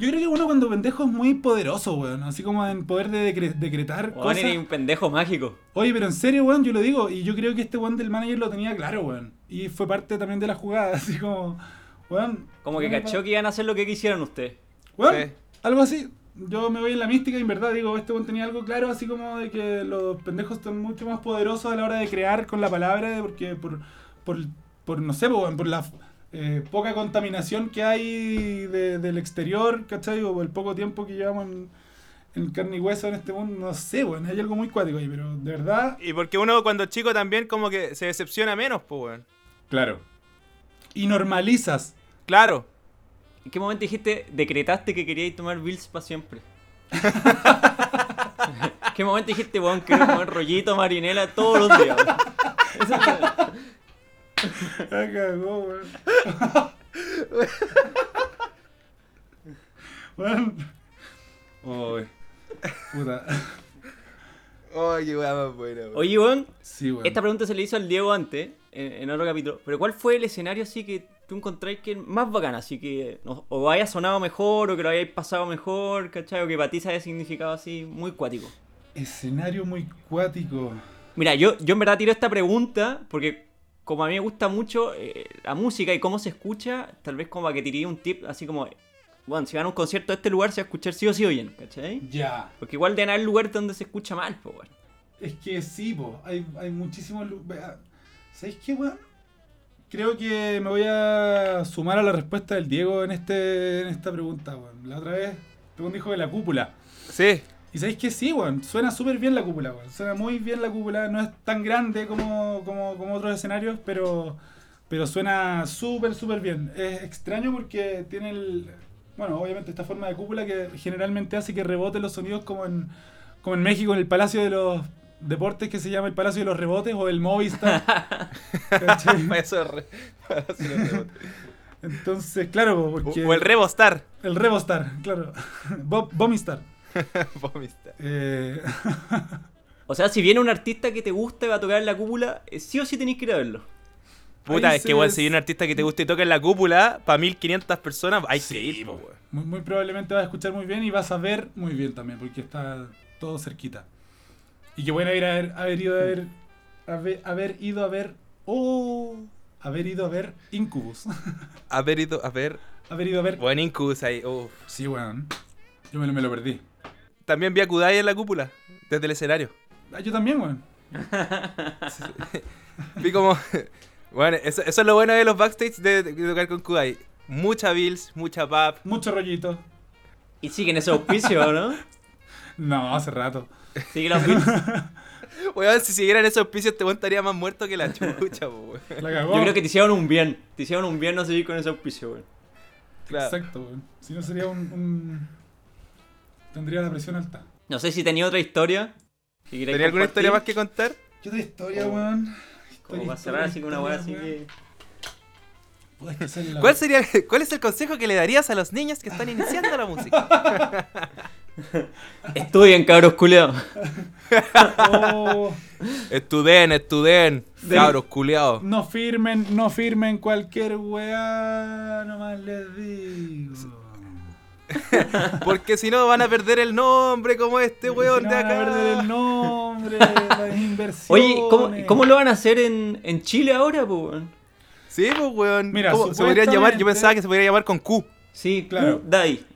F: Yo creo que uno cuando pendejo es muy poderoso, weón, así como en poder de decre- decretar
E: Weón,
F: cosas.
E: eres un pendejo mágico.
F: Oye, pero en serio, weón, yo lo digo, y yo creo que este weón del manager lo tenía claro, weón. Y fue parte también de la jugada, así como, weón...
E: Como que
F: weón,
E: cachó que iban a hacer lo que quisieran ustedes.
F: Weón,
D: Sí.
F: algo así. Yo me voy en la mística y en verdad digo, este weón tenía algo claro, así como de que los pendejos son mucho más poderosos a la hora de crear con la palabra, de- porque por, por, por, no sé, po, weón, por la eh, poca contaminación que hay de- del exterior, ¿cachai? O por el poco tiempo que llevamos en, en carne y hueso en este mundo, no sé, weón, hay algo muy cuático ahí, pero de verdad...
D: Y porque uno cuando es chico también como que se decepciona menos, pues, weón.
F: Claro. Y normalizas.
D: Claro.
E: ¿En qué momento dijiste, decretaste que queríais tomar Bills para siempre? ¿En qué momento dijiste, weón, quiero comer rollito, marinela todos los días? weón?
F: Ah, cagó, weón. Weón. Oy. Puta.
D: Ay, qué weá más buena, weón.
E: Oye, weón,
F: Sí, weón.
E: esta pregunta se le hizo al Diego antes, en, en otro capítulo, pero ¿cuál fue el escenario así que tú encontráis que es más bacán? Así que no- o haya sonado mejor, o que lo hayáis pasado mejor, ¿cachai? O que para ti se haya significado así, muy cuático.
F: Escenario muy cuático.
E: Mira, yo, yo en verdad tiro esta pregunta porque como a mí me gusta mucho eh, la música y cómo se escucha, tal vez como para que tiré un tip así como, bueno, si van a un concierto de este lugar se va a escuchar sí o sí bien, ¿cachai?
F: Ya.
E: Porque igual de haber lugares donde se escucha mal, pues bueno.
F: Es que sí, po. Hay, hay muchísimos. lu- vea, ¿Sabéis qué, weón? Creo que me voy a sumar a la respuesta del Diego en, este, en esta pregunta, weón. La otra vez, este weón dijo que la cúpula.
D: Sí.
F: Y sabéis que sí, weón. Suena súper bien la cúpula, weón. Suena muy bien la cúpula. No es tan grande como, como, como otros escenarios, pero, pero suena súper, súper bien. Es extraño porque tiene el. Bueno, obviamente esta forma de cúpula que generalmente hace que reboten los sonidos como en, como en México, en el Palacio de los Deportes que se llama el Palacio de los Rebotes o el Movistar. ¿Cachai?
D: Para eso es re- para eso no te bote.
F: Entonces, claro,
D: O-
F: porque.
D: O el rebostar.
F: el Rebostar, claro. Bob, Bomistar.
D: Vomista.
F: Eh,
E: O sea, si viene un artista que te gusta y va a tocar en la cúpula, eh, sí o sí tenéis que ir a verlo.
D: Puta,
F: Ahí
D: es
F: se-
D: que, weón, si hay un artista que te gusta y toca en la cúpula, para 1500 personas, hay que ir, po, weón.
F: Muy, muy probablemente vas a escuchar muy bien y vas a ver muy bien también, porque está todo cerquita. Y qué bueno ir a ver, haber ido a ver, haber, haber ido a ver, oh, haber ido a ver Incubus.
D: A ver, Ito, a ver.
F: haber ido a ver,
D: Buen Incus ahí. uf.
F: sí, weón. Yo me, lo- me lo perdí.
D: También vi a Kudai en la cúpula, desde el escenario.
F: Ah, yo también, weón.
D: Vi como. Bueno, eso, eso es lo bueno de los backstage de, de tocar con Kudai. Mucha Bills, mucha pap.
F: Mucho rollito.
E: Y siguen ese auspicio, ¿no?
F: No, hace rato.
E: Sigue los beats.
D: Weón, si siguieran esos auspicios, este weón estaría más muerto que la chucha, po, weón.
F: La cagó.
E: Yo creo que te hicieron un bien. Te hicieron un bien no seguir con ese auspicio, weón.
D: Claro.
F: Exacto, weón. Si no sería un, un- Tendría la presión alta.
E: No sé si tenía otra historia. que queráis
D: ¿Tenía alguna historia más
E: compartir,
D: que contar?
F: ¿Qué otra historia,
E: Oh.
F: weón?
E: Como para cerrar así con una weá así que...
D: ¿Cuál, sería, ¿Cuál es el consejo que le darías a los niños que están iniciando la música?
E: Estudien, cabros culeados.
F: Oh.
D: Estuden, estuden,
F: Del-
D: cabros culiados.
F: No firmen, no firmen cualquier weá, nomás les digo.
D: Porque si no van a perder el nombre como este
F: Si
D: weón
F: no
D: de
F: van a
D: acá.
F: perder el nombre, las inversiones.
E: Oye, ¿cómo, cómo lo van a hacer en, en Chile ahora, po, weón?
D: Sí, pues weón.
F: Mira,
D: ¿Cómo se podrían
F: supuestamente-
D: llamar? Yo pensaba que se podría llamar con Q.
E: Sí, uh,
F: Claro.
E: claro. Dai.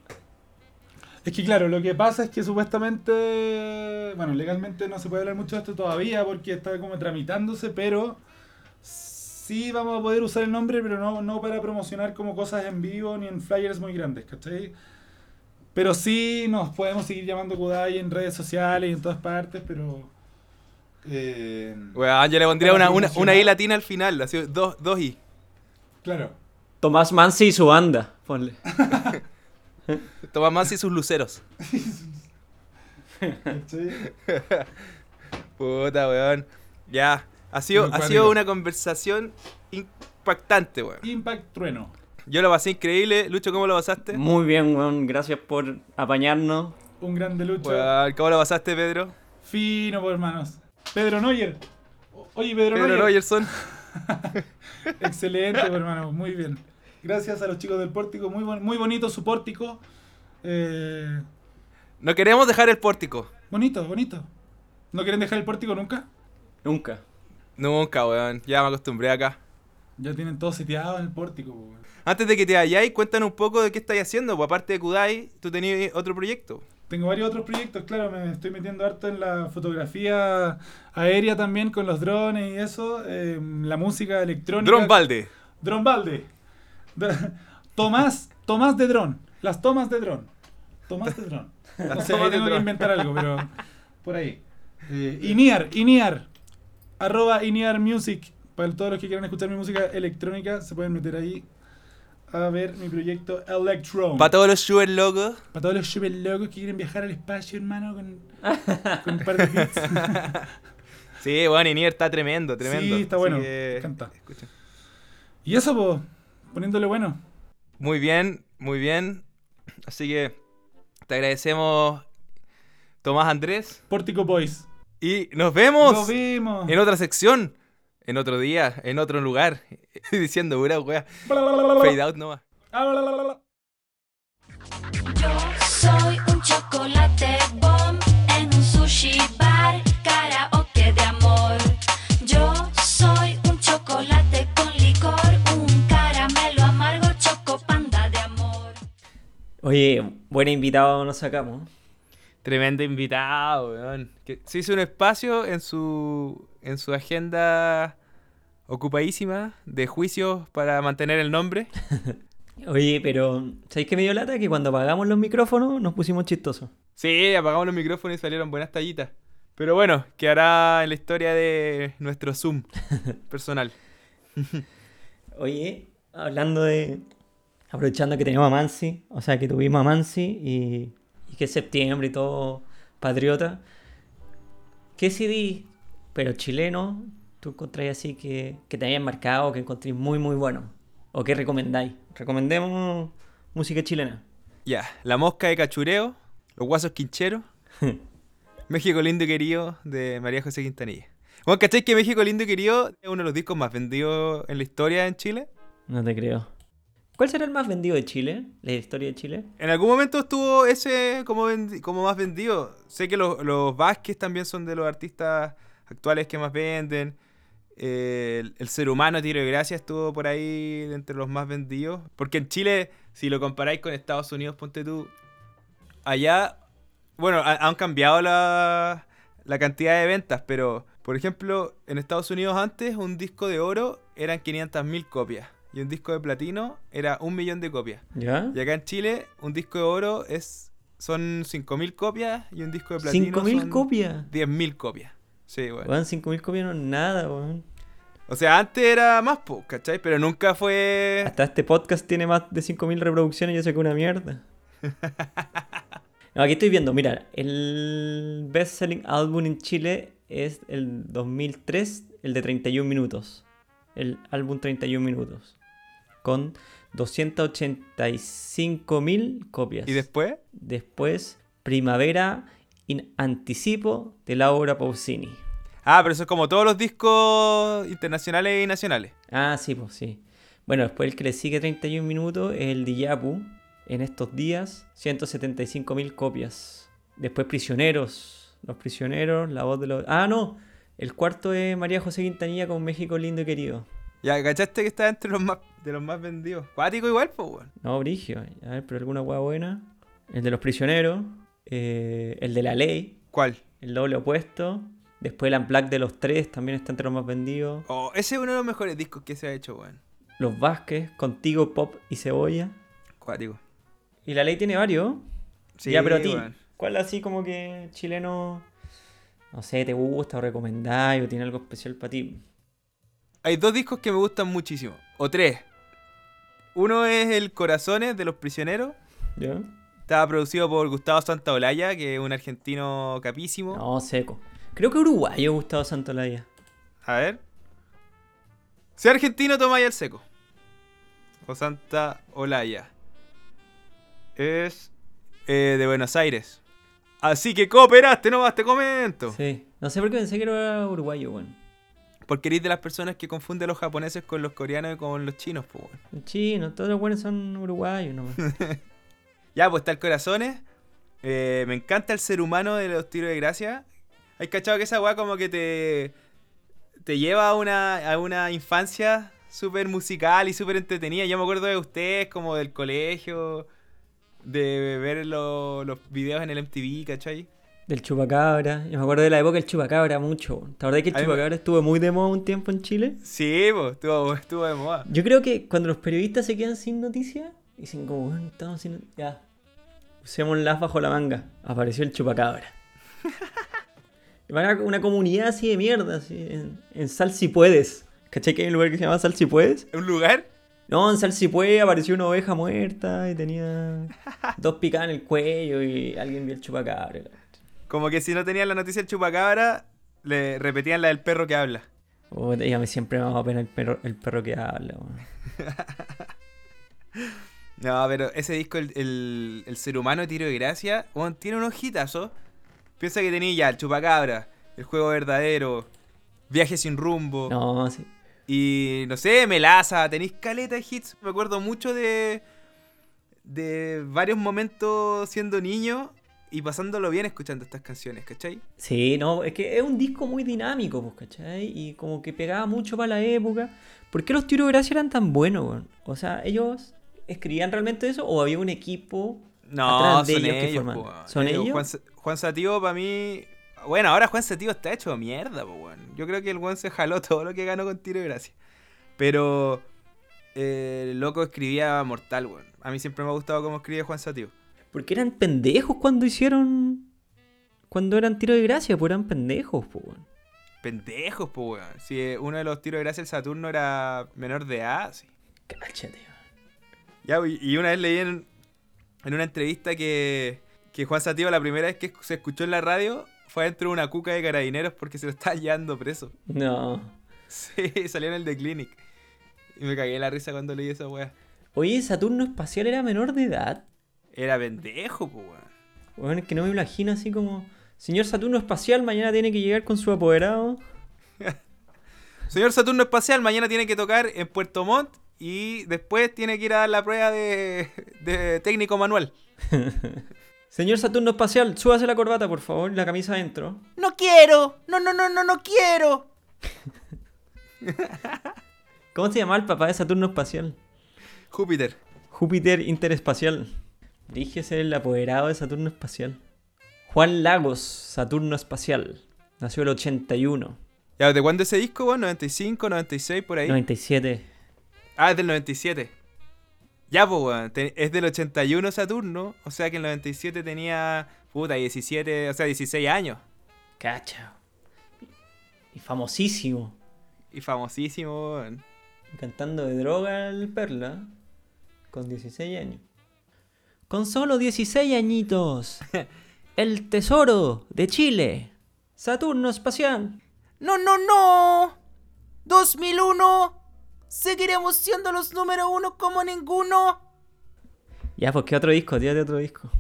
F: Es que claro, lo que pasa es que supuestamente, bueno, legalmente no se puede hablar mucho de esto todavía porque está como tramitándose, pero sí vamos a poder usar el nombre, pero no, no para promocionar como cosas en vivo ni en flyers muy grandes, ¿cachai? Pero sí nos podemos seguir llamando Kudai en redes sociales y en todas partes, pero eh,
D: Weón, yo le pondría
F: Para
D: una, una, una I
F: promocionar.
D: latina al final, así, dos, dos I.
F: claro.
E: Tomás Mansi y su banda. Ponle.
D: Tomás Mansi y sus luceros.
F: ¿cachai?
D: Puta, weón. Ya. Ha sido,
F: Muy
D: ha sido
F: cuático.
D: una conversación impactante, weón.
F: Impact Trueno.
D: Yo lo pasé increíble. Lucho, ¿cómo lo pasaste?
E: Muy bien, weón. Gracias por apañarnos.
F: Un grande lucho.
D: Weón, ¿cómo lo pasaste, Pedro?
F: Fino, por hermanos. Pedro Neuer. O- Oye, Pedro,
D: Pedro
F: Neuer.
D: Rogerson.
F: Excelente, por hermano, muy bien. Gracias a los chicos del pórtico, muy, bon- muy bonito su pórtico. Eh,
D: No queremos dejar el pórtico.
F: bonito, bonito. ¿No quieren dejar el pórtico nunca?
E: Nunca.
D: Nunca, weón. Ya me acostumbré acá.
F: Ya tienen todo seteado en el pórtico. po, weón.
D: Antes de que te vayáis, cuéntanos un poco de qué estáis haciendo. Pues aparte de Kudai, tú tenías otro proyecto.
F: Tengo varios otros proyectos, claro, me estoy metiendo harto en la fotografía aérea también con los drones y eso, eh, la música electrónica.
D: Dron Valde.
F: Dron Valde. Dr- Tomás, Tomás de Dron. Las tomas de Dron. Tomás de Dron. No sé,
D: tomas
F: ahí
D: de
F: tengo que
D: dron.
F: inventar algo, pero por ahí. Eh, Iniar, Iniar. Arroba Iniar Music. Para todos los que quieran escuchar mi música electrónica, se pueden meter ahí a ver mi proyecto Electron.
D: Para todos los shooters locos.
F: Para todos los chupes locos que quieren viajar al espacio, hermano, con, con un par de beats.
D: Sí, weón, Inier está tremendo, tremendo.
F: Sí, está
D: Así
F: bueno,
D: que,
F: me encanta.
D: escuchen.
F: y eso, po, poniéndole bueno.
D: Muy bien, muy bien. Así que te agradecemos, Tomás Andrés.
F: Pórtico Boys.
D: Y nos vemos
F: Nos vemos.
D: en otra sección, en otro día, en otro lugar. Diciendo pura wea. Fade out nomás.
G: Yo soy un chocolate bomb en un sushi bar, karaoke de amor. Yo soy un chocolate con licor, un caramelo amargo, chocopanda de amor.
E: Oye, buen invitado nos sacamos.
D: Tremendo invitado, weón. Que se hizo un espacio en su, en su agenda ocupadísima de juicios para mantener el nombre.
E: Oye, pero ¿sabéis qué me dio lata? Que cuando apagamos los micrófonos nos pusimos chistosos.
D: Sí, apagamos los micrófonos y salieron buenas tallitas. Pero bueno, quedará en la historia de nuestro Zoom personal.
E: Oye, hablando de. Aprovechando que tenemos a Mansi, o sea, que tuvimos a Mansi y, y que es septiembre y todo patriota. ¿Qué CD, pero chileno, tú encontráis así que, que te hayan marcado, que encontréis muy, muy bueno? ¿O qué recomendáis? Recomendemos música chilena.
D: Ya, La Mosca de Cachureo, Los Guasos Quincheros, México Lindo y Querido de María José Quintanilla. Bueno, ¿cachai que México Lindo y Querido es uno de los discos más vendidos en la historia en Chile?
E: No te creo. ¿Cuál será el más vendido de Chile? ¿La historia de Chile?
D: En algún momento estuvo ese como, vendi- como más vendido. Sé que los, los Vázquez también son de los artistas actuales que más venden. Eh, el, el ser humano Tiro de Gracia estuvo por ahí entre los más vendidos. Porque en Chile, si lo comparáis con Estados Unidos, ponte tú. Allá, bueno, ha- han cambiado la, la cantidad de ventas, pero por ejemplo, en Estados Unidos antes un disco de oro eran 500.000 copias y un disco de platino era un millón de copias.
E: ¿Ya?
D: Y acá en Chile, un disco de oro es son 5.000 copias y un disco de platino
E: ¿5.000
D: son
E: copias?
D: 10.000 copias. Sí, bueno.
E: Weón, 5.000 copias no es nada, weón.
D: O sea, antes era más, po, ¿cachai? Pero nunca fue...
E: Hasta este podcast tiene más de 5.000 reproducciones y yo sé que una mierda. No, aquí estoy viendo, mira, el best selling álbum en Chile es el 2003, el de 31 minutos. El álbum 31 minutos. Con 285.000 copias.
D: ¿Y después?
E: Después, Primavera in Anticipo de Laura Pausini.
D: Ah, pero eso es como todos los discos internacionales y nacionales.
E: Ah, sí, pues sí. Bueno, después el que le sigue 31 minutos es el Diyapu. En estos días, 175.000 copias. Después Prisioneros. Los Prisioneros, la voz de los... Ah, no. El cuarto es María José Quintanilla con México lindo y querido.
D: Ya, ¿cachaste que está entre los más de los más vendidos? Cuático igual, pues, weón.
E: No, Brigio. A ver, pero alguna hueá buena. El de los prisioneros. eh, el de la ley.
D: ¿Cuál?
E: El doble opuesto. Después el Unplugged de los tres también está entre los más vendidos.
D: Oh, ese es uno de los mejores discos que se ha hecho, weón.
E: Los Vázquez, Contigo, Pop y Cebolla.
D: Cuático.
E: Y la ley tiene varios.
D: Sí,
E: ya, pero a ti,
D: weón.
E: ¿cuál así como que chileno no sé, te gusta o recomendáis o tiene algo especial para ti.
D: Hay dos discos que me gustan muchísimo. O tres. Uno es El Corazones de los Prisioneros.
E: ¿Ya?
D: Estaba producido por Gustavo Santaolalla, que es un argentino capísimo.
E: No, seco. Creo que uruguayo Gustavo Santolaya.
D: A ver. Si argentino, tomáis el seco. O Santa Olaya. Es eh, de Buenos Aires. Así que cooperaste, nomás te comento.
E: Sí. No sé por qué pensé que era uruguayo, weón.
D: Porque eres de las personas que confunde a los japoneses con los coreanos y con los chinos, pues. weón.
E: Los chinos, todos los buenos son uruguayos nomás.
D: Ya, pues está el corazones. Eh, me encanta el ser humano de los tiros de gracia. Hay cachado que esa weá como que te. te lleva a una, a una infancia súper musical y súper entretenida. Yo me acuerdo de ustedes, como del colegio, de ver lo- los videos en el MTV, ¿cachai?
E: Del chupacabra. Yo me acuerdo de la época del chupacabra mucho. weón. ¿Te acordás que el
D: A mí me-
E: chupacabra estuvo muy de moda un tiempo en Chile?
D: Sí, pues, estuvo, estuvo de moda.
E: Yo creo que cuando los periodistas se quedan sin noticias, dicen como, bueno, estamos sin noticias. Ya. Usemos las bajo la manga. Apareció el chupacabra. Y Van a una comunidad así de mierda, así, en, en Sal Si Puedes. ¿Cachai que hay un lugar que se llama Sal Si Puedes?
D: ¿Un lugar?
E: No, en Sal Si Puedes apareció una oveja muerta y tenía dos picadas en el cuello y alguien vio el chupacabra.
D: Como que si no tenían la noticia del chupacabra, le repetían la del perro que habla.
E: Oh, dígame, siempre me da pena el perro, el perro que habla. weón.
D: No, pero ese disco, el, el- el ser humano de tiro de gracia, weón, tiene unos hitazos. Piensa que tenía ya el chupacabra, el juego verdadero, viaje sin rumbo.
E: No, sí.
D: Y no sé, melaza, tenéis caleta de hits. Me acuerdo mucho de. de varios momentos siendo niño y pasándolo bien escuchando estas canciones, ¿cachai?
E: Sí, no, es que es un disco muy dinámico, pues, ¿cachai? Y como que pegaba mucho para la época. ¿Por qué los tiros de gracia eran tan buenos, weón? O sea, ¿ellos escribían realmente eso o había un equipo?
D: No,
E: Atrás de
D: son
E: ellos que
D: ellos,
E: forman.
D: po, weón.
E: ¿Son
D: Yo digo,
E: ellos?
D: Juan, Sa- Juan Sativo para mí... Bueno, ahora Juan Sativo está hecho mierda, po, weón. Yo creo que el weón se jaló todo lo que ganó con tiro de gracia. Pero... eh, el loco escribía mortal, weón. A mí siempre me ha gustado cómo escribe Juan Sativo.
E: Porque eran pendejos cuando hicieron... Cuando eran tiros de gracia, pues eran pendejos, pues, weón.
D: Pendejos, po, weón. Si eh, uno de los tiros de gracia el Saturno era menor de A, sí.
E: Cáchate, weón.
D: Ya, y y una vez leí en, en una entrevista que, que Juan Sativo la primera vez que esc- se escuchó en la radio fue dentro de una cuca de carabineros porque se lo estaban llevando preso.
E: No.
D: Sí, salió en el The Clinic. Y me cagué la risa cuando leí esa weá.
E: Oye, Saturno Espacial era menor de edad.
D: Era pendejo, po, weón.
E: Weón, es que no me imagino así como... Señor Saturno Espacial, mañana tiene que llegar con su apoderado.
D: Señor Saturno Espacial, mañana tiene que tocar en Puerto Montt y después tiene que ir a dar la prueba de, de técnico manual.
E: Señor Saturno Espacial, súbase la corbata, por favor, y la camisa adentro.
D: ¡No quiero! ¡No, no, no, no, no quiero!
E: ¿Cómo se llamaba el papá de Saturno Espacial?
D: Júpiter.
E: Júpiter Interespacial. Dirige ser el apoderado de Saturno Espacial. Juan Lagos, Saturno Espacial. Nació el 81.
D: ¿Ya de cuándo ese disco, weón? ¿95, 96, por ahí?
E: 97.
D: Ah, es del 97. Ya, pues, weón. te- Es del 81 Saturno. O sea que el 97 tenía. Puta, 17, o sea, 16 años.
E: Cacha. Y famosísimo.
D: Y famosísimo, weón.
E: Cantando de droga al Perla. Con 16 años. Con solo 16 añitos. El tesoro de Chile. Saturno Espacial.
H: No, no, no. 2001. Seguiremos siendo los número uno como ninguno.
E: Ya, pues qué otro disco, tírate otro disco.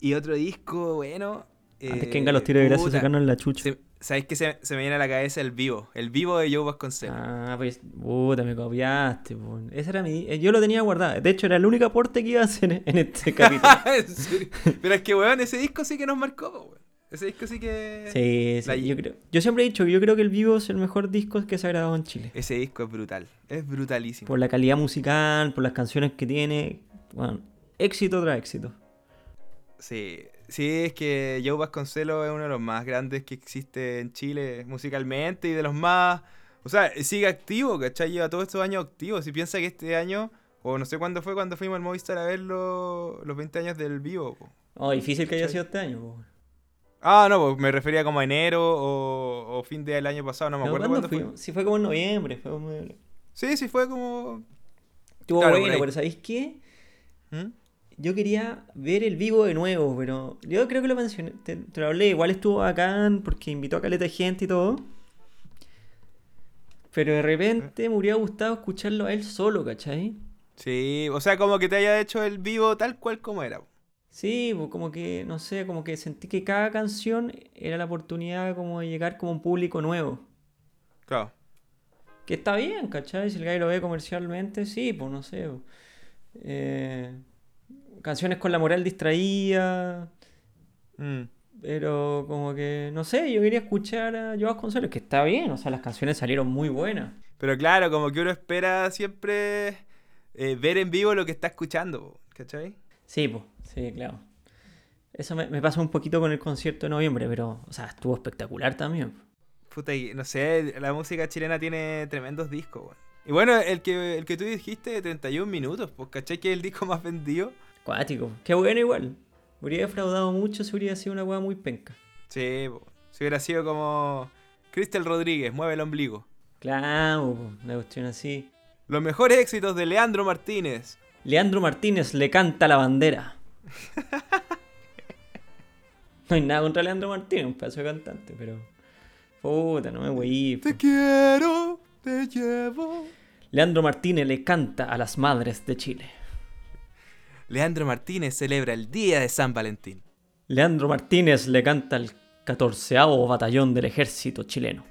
D: Y otro disco, bueno.
E: Antes
D: eh,
E: que vengan los tiros de gracia
D: puta.
E: sacarnos la chucha.
D: Se- ¿Sabéis que se, se me viene a la cabeza el vivo? El vivo de Joe Vasconcelos.
E: Ah, pues, puta, me copiaste, po. Ese era mi. eh, Yo lo tenía guardado. De hecho, era el único aporte que iba a hacer en este capítulo.
D: En serio. Pero es que, weón, ese disco sí que nos marcó, po, weón. Ese disco sí que.
E: sí,
D: La-
E: sí. Yo, creo, yo siempre he dicho que yo creo que el vivo es el mejor disco que se ha grabado en Chile.
D: Ese disco es brutal. Es brutalísimo.
E: Por la calidad musical, por las canciones que tiene. Bueno, éxito tras éxito.
D: Sí, sí, es que Joe Vasconcelos es uno de los más grandes que existe en Chile musicalmente y de los más... O sea, sigue activo, ¿cachai? Lleva todos estos años activo. Si piensa que este año, o no sé cuándo fue, cuando fuimos al Movistar a ver lo- los 20 años del vivo. po.
E: Oh, difícil que haya sido este año, po.
D: Ah, no, pues me refería como a enero o, o fin del año pasado, no me
E: No,
D: acuerdo cuándo
E: ¿Cuándo
D: fue.
E: fuimos? Sí, fue como en noviembre. Fue como... Estuvo
D: Sí, sí, fue como. Claro, por
E: bueno,
D: ahí.
E: pero ¿sabéis qué?
D: ¿Mm?
E: Yo quería ver el vivo de nuevo, pero yo creo que lo mencioné, te, te lo hablé, igual estuvo bacán porque invitó a caleta de gente y todo. Pero de
D: Eh.
E: repente me hubiera gustado escucharlo a él solo, ¿cachai?
D: Sí, o sea, como que te haya hecho el vivo tal cual como era.
E: Sí, pues como que, no sé, como que sentí que cada canción era la oportunidad como de llegar como a un público nuevo.
D: Claro.
E: Que está bien, ¿cachai? Si el gallo lo ve comercialmente, sí, pues no sé. po. Eh, canciones con la moral distraída,
D: Mm.
E: pero como que, no sé, yo quería escuchar a Joao Consuelo, que está bien, o sea, las canciones salieron muy buenas.
D: Pero claro, como que uno espera siempre eh, ver en vivo lo que está escuchando, po, ¿cachai?
E: Sí, pues, sí, claro. Eso me, me pasa un poquito con el concierto de noviembre, pero, o sea, estuvo espectacular también. po.
D: Puta, y no sé, la música chilena tiene tremendos discos, weón. Y bueno, el que, el que tú dijiste de 31 minutos, pues, ¿cachai? Que es el disco más vendido.
E: Cuático. Qué bueno igual. Hubiera defraudado mucho si hubiera sido una hueá muy penca.
D: Sí, po. si hubiera sido como Crystal Rodríguez, mueve el ombligo.
E: Claro, po, una cuestión así.
D: Los mejores éxitos de Leandro Martínez.
E: Leandro Martínez le canta la bandera. No hay nada contra Leandro Martínez, un pedazo de cantante, pero. Puta, no me voy.
D: Te quiero, te llevo.
E: Leandro Martínez le canta a las madres de Chile.
D: Leandro Martínez celebra el día de San Valentín.
E: Leandro Martínez le canta al 14 batallón del ejército chileno.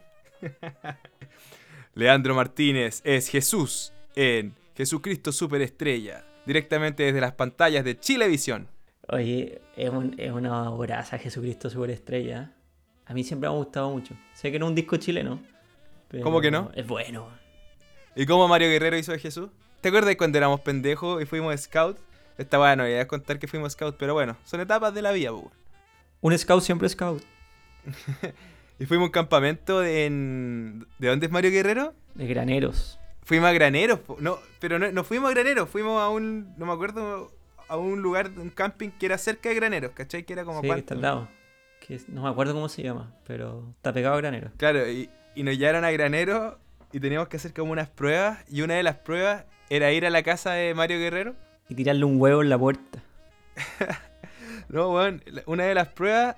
D: Leandro Martínez es Jesús en Jesucristo Superestrella, directamente desde las pantallas de Chilevisión.
E: Oye, es, un- es una obraza Jesucristo Superestrella. A mí siempre me ha gustado mucho. Sé que no es un disco chileno. pero
D: ¿Cómo que no?
E: Es bueno.
D: ¿Y cómo Mario Guerrero hizo de Jesús? ¿Te acuerdas cuando éramos pendejos y fuimos scout? Esta bueno, ya contar que fuimos scout, pero bueno, son etapas de la vida, pues. po, weón.
E: Un scout siempre es scout.
D: Y fuimos a un campamento en... ¿De dónde es Mario Guerrero?
E: De graneros.
D: Fuimos a Graneros, po. no, pero no, no fuimos a Graneros, fuimos a un, no me acuerdo, a un lugar, un camping que era cerca de Graneros, ¿cachai? Que era como
E: Sí, que
D: cuánto.
E: está al lado. Que es- no me acuerdo cómo se llama, pero está pegado a graneros.
D: Claro, y, y nos llevaron a Graneros y teníamos que hacer como unas pruebas, y una de las pruebas era ir a la casa de Mario Guerrero.
E: Y tirarle un huevo en la puerta.
D: No, weón, la- una de las pruebas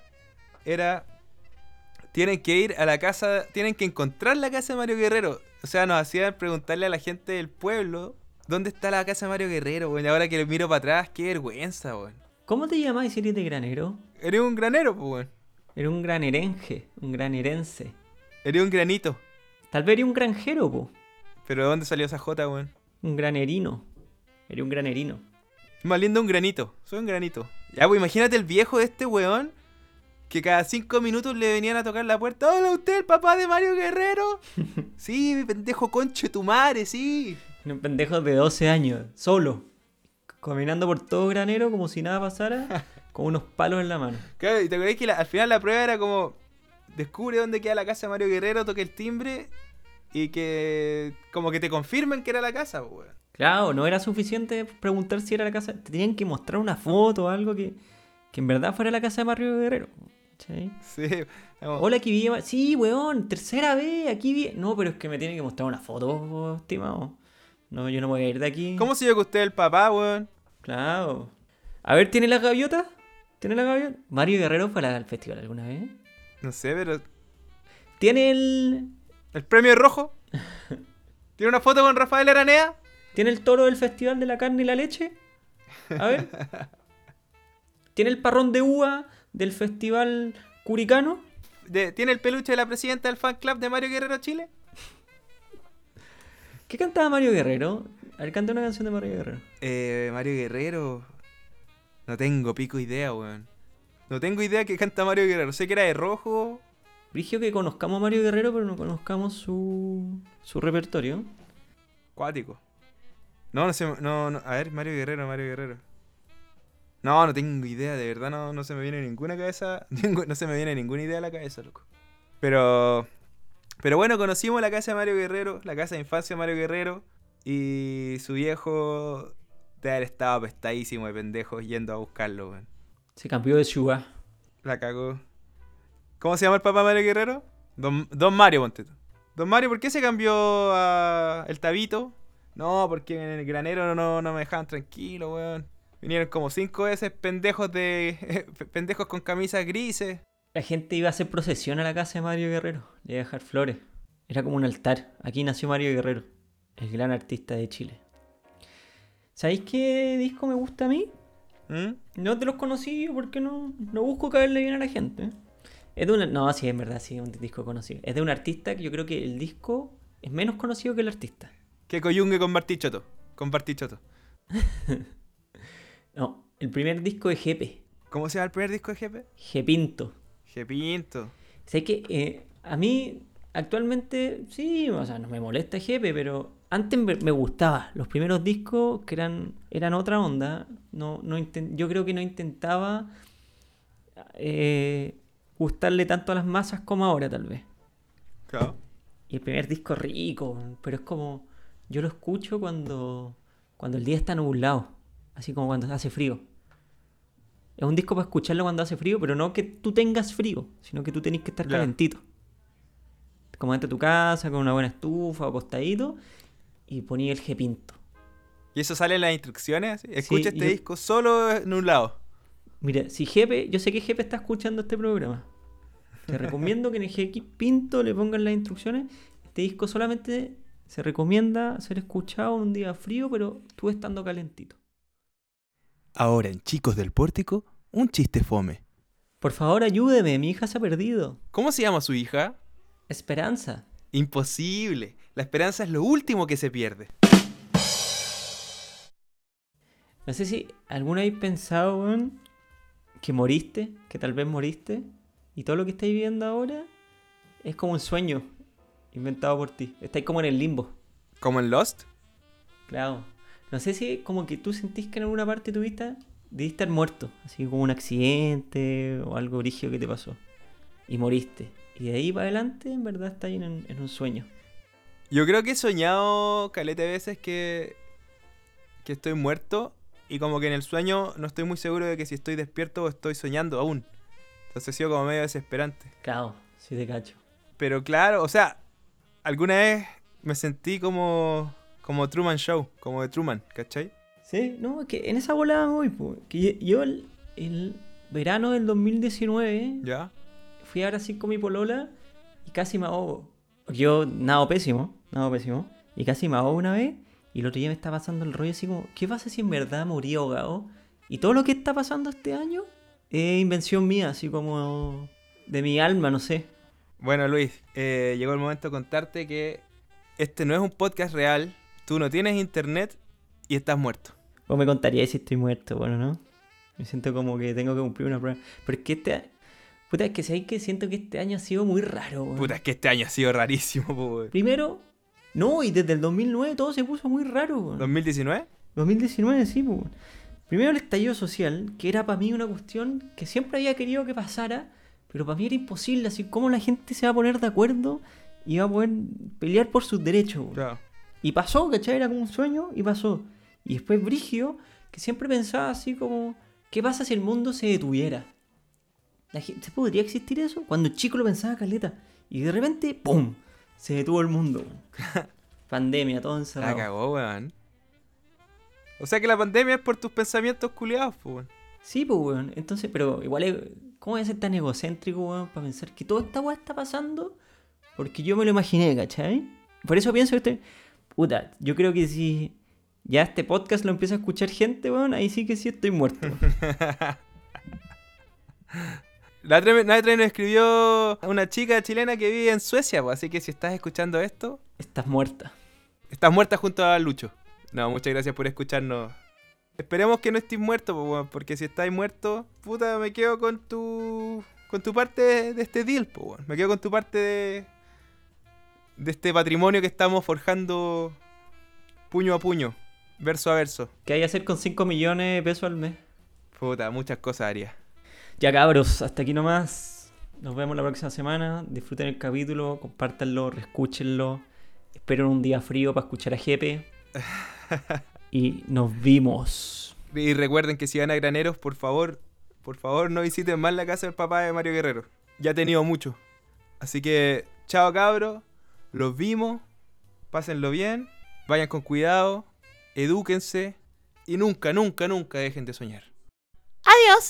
D: era, tienen que ir a la casa, tienen que encontrar la casa de Mario Guerrero. O sea, nos hacían preguntarle a la gente del pueblo, ¿dónde está la casa de Mario Guerrero, weón? Y ahora que le miro para atrás, qué vergüenza, weón.
E: ¿Cómo te llamáis si eres de granero?
D: Eres un granero, pues, weón.
E: Eres un granerenje, un granerense.
D: Eres un granito.
E: Tal vez eres un granjero, po.
D: Pero ¿de dónde salió esa jota, weón?
E: Un granerino. Eres un granerino.
D: Más lindo un granito. Soy un granito. Ya, pues imagínate el viejo de este weón. Que cada cinco minutos le venían a tocar la puerta. Hola, usted, el papá de Mario Guerrero. sí, mi pendejo conche tu madre, sí.
E: Un pendejo de 12 años, solo. Caminando por todo granero como si nada pasara, con unos palos en la mano.
D: Claro, y te acordás que la- al final la prueba era como. Descubre dónde queda la casa de Mario Guerrero, toque el timbre. Y que. Como que te confirmen que era la casa, pues, weón.
E: Claro, no era suficiente preguntar si era la casa. Te tenían que mostrar una foto o algo que, que en verdad fuera la casa de Mario Guerrero. ¿cachai?
D: Sí. como-
E: Hola, aquí vive. Ma- Sí, weón, tercera vez, aquí vive. No, pero es que me tiene que mostrar una foto, estimado. No, yo no me voy a ir de aquí.
D: ¿Cómo se yo que usted es el papá, weón?
E: Claro. A ver, ¿tiene las gaviotas? ¿Tiene las gaviotas? ¿Mario Guerrero fue a la- al festival alguna vez?
D: No sé, pero.
E: ¿Tiene el.
D: ¿El premio rojo? ¿Tiene una foto con Rafael Aranea?
E: ¿Tiene el toro del festival de la carne y la leche? A ver. ¿Tiene el parrón de uva del festival curicano?
D: De- ¿Tiene el peluche de la presidenta del fan club de Mario Guerrero Chile?
E: ¿Qué cantaba Mario Guerrero? A ver, canta una canción de Mario Guerrero.
D: Eh, Mario Guerrero. No tengo pico idea, weón. No tengo idea que canta Mario Guerrero. Sé que era de rojo.
E: Brigio que conozcamos a Mario Guerrero, pero no conozcamos su, su repertorio.
D: Cuático. No, no sé. No, no. A ver, Mario Guerrero, Mario Guerrero. No, no tengo idea, de verdad no, no se me viene ninguna cabeza. ningú- no se me viene ninguna idea a la cabeza, loco. Pero. Pero bueno, conocimos la casa de Mario Guerrero, la casa de infancia de Mario Guerrero. Y su viejo de haber estado apestadísimo de pendejos yendo a buscarlo, weón.
E: Se cambió de ciudad.
D: La cagó. ¿Cómo se llama el papá Mario Guerrero? Don, Don Mario, ponte tú. Don Mario, ¿por qué se cambió a el tabito? No, porque en el granero no, no me dejaban tranquilo, weón. Vinieron como cinco veces pendejos de. pendejos con camisas grises.
E: La gente iba a hacer procesión a la casa de Mario Guerrero, le iba a dejar flores. Era como un altar. Aquí nació Mario Guerrero, el gran artista de Chile. ¿Sabéis qué disco me gusta a mí?
D: ¿Mm?
E: No te los conocí porque no, no busco caerle bien a la gente. Es de una, no, sí, en verdad, sí, es un disco conocido. Es de un artista que yo creo que el disco es menos conocido que el artista.
D: Que coyungue con Bartichoto. Con Bartichoto.
E: No, el primer disco de Jepe,
D: ¿Cómo se llama el primer disco de Jepe?
E: Jepinto.
D: Jepinto.
E: Sé que eh, a mí actualmente sí, o sea, no me molesta Jepe, pero antes me, me gustaba. Los primeros discos que eran, eran otra onda, no, no inten- yo creo que no intentaba eh, gustarle tanto a las masas como ahora tal vez.
D: Claro.
E: Y el primer disco rico, pero es como. Yo lo escucho cuando. cuando el día está nublado. Así como cuando hace frío. Es un disco para escucharlo cuando hace frío, pero no que tú tengas frío, sino que tú tenés que estar
D: Ya.
E: calentito. Como dentro de tu casa, con una buena estufa, acostadito, y poní el jepinto.
D: ¿Y eso sale en las instrucciones? Escucha
E: y
D: este
E: yo-
D: disco solo en un lado.
E: Mira, si Jepe, yo sé que Jepe está escuchando este programa. Te recomiendo que en el Jepinto le pongan las instrucciones. Este disco solamente se recomienda ser escuchado en un día frío, pero tú estando calentito.
D: Ahora en Chicos del Pórtico, un chiste fome.
E: Por favor, ayúdeme, mi hija se ha perdido.
D: ¿Cómo se llama su hija?
E: Esperanza.
D: Imposible. La esperanza es lo último que se pierde.
E: No sé si alguna vez pensado, weón, que moriste, que tal vez moriste, y todo lo que estáis viviendo ahora es como un sueño inventado por ti. Estáis como en el limbo.
D: ¿Como en Lost?
E: Claro. No sé si como que tú sentís que en alguna parte de tu vida debiste estar muerto, así como un accidente o algo brígido que te pasó. Y moriste. Y de ahí para adelante, en verdad, estás ahí en, en un sueño.
D: Yo creo que he soñado caleta de veces que, que estoy muerto y como que en el sueño no estoy muy seguro de que si estoy despierto o estoy soñando aún. Entonces he sido como medio desesperante.
E: Claro, sí te cacho.
D: Pero claro, o sea, alguna vez me sentí como, como Truman Show, como de Truman, ¿cachai?
E: Sí, no, es que en esa volada me voy, po. Que yo, yo el, el verano del 2019
D: ¿Ya?
E: fui ahora sí con mi polola y casi me ahogo. Yo nado pésimo, nado pésimo. Y casi me ahogo una vez y el otro día me está pasando el rollo así como, ¿qué pasa si en verdad morí ahogado? Y todo lo que está pasando este año es invención mía, así como de mi alma, no sé.
D: Bueno, Luis, eh, llegó el momento de contarte que este no es un podcast real, tú no tienes internet y estás muerto.
E: Vos me contaríais si estoy muerto, bueno, ¿no? Me siento como que tengo que cumplir una prueba. Pero es que este... Puta, es que sabéis que siento que este año ha sido muy raro, weón.
D: Puta, es que este año ha sido rarísimo, po, weón.
E: Primero, no, y desde el 2009 todo se puso muy raro, weón.
D: ¿2019?
E: 2019, sí, pues. Primero el estallido social, que era para mí una cuestión que siempre había querido que pasara, pero para mí era imposible, así cómo la gente se va a poner de acuerdo y va a poder pelear por sus derechos. weón.
D: Claro.
E: Y pasó, ¿cachai? Era como un sueño y pasó. Y después Brigio, que siempre pensaba así como, ¿qué pasa si el mundo se detuviera? La gente, ¿Podría existir eso? Cuando chico lo pensaba Caleta. Y de repente, ¡pum! Se detuvo el mundo. weón. Pandemia, todo
D: La
E: encerrado.
D: cagó, weón. O sea que la pandemia es por tus pensamientos culiados, po, weón.
E: Sí, pues, weón. Entonces, pero igual, es, ¿cómo voy a ser tan egocéntrico, weón, para pensar que toda esta weá está pasando? Porque yo me lo imaginé, ¿cachai? Por eso pienso que estoy... Puta, yo creo que si ya este podcast lo empieza a escuchar gente, weón, ahí sí que sí estoy muerto.
D: La otra vez- la otra vez nos escribió una chica chilena que vive en Suecia, po, así que si estás escuchando esto,
E: Estás muerta.
D: Estás muerta junto a Lucho. No, muchas gracias por escucharnos. Esperemos que no estés muerto, po, weón, porque si estáis muerto, puta, me quedo con tu. con tu parte de este deal, po, weón. Me quedo con tu parte de. de este patrimonio que estamos forjando puño a puño, verso a verso.
E: ¿Qué hay que hacer con 5 millones de pesos al mes?
D: Puta, muchas cosas haría.
E: Ya cabros, hasta aquí nomás. Nos vemos la próxima semana. Disfruten el capítulo, compártanlo, reescúchenlo. Esperen un día frío para escuchar a Jepe. Y nos vimos.
D: Y recuerden que si van a graneros, por favor, por favor no visiten más la casa del papá de Mario Guerrero. ya ha tenido mucho. Así que, chao cabros, los vimos, pásenlo bien, vayan con cuidado, edúquense y nunca, nunca, nunca dejen de soñar.
I: Adiós.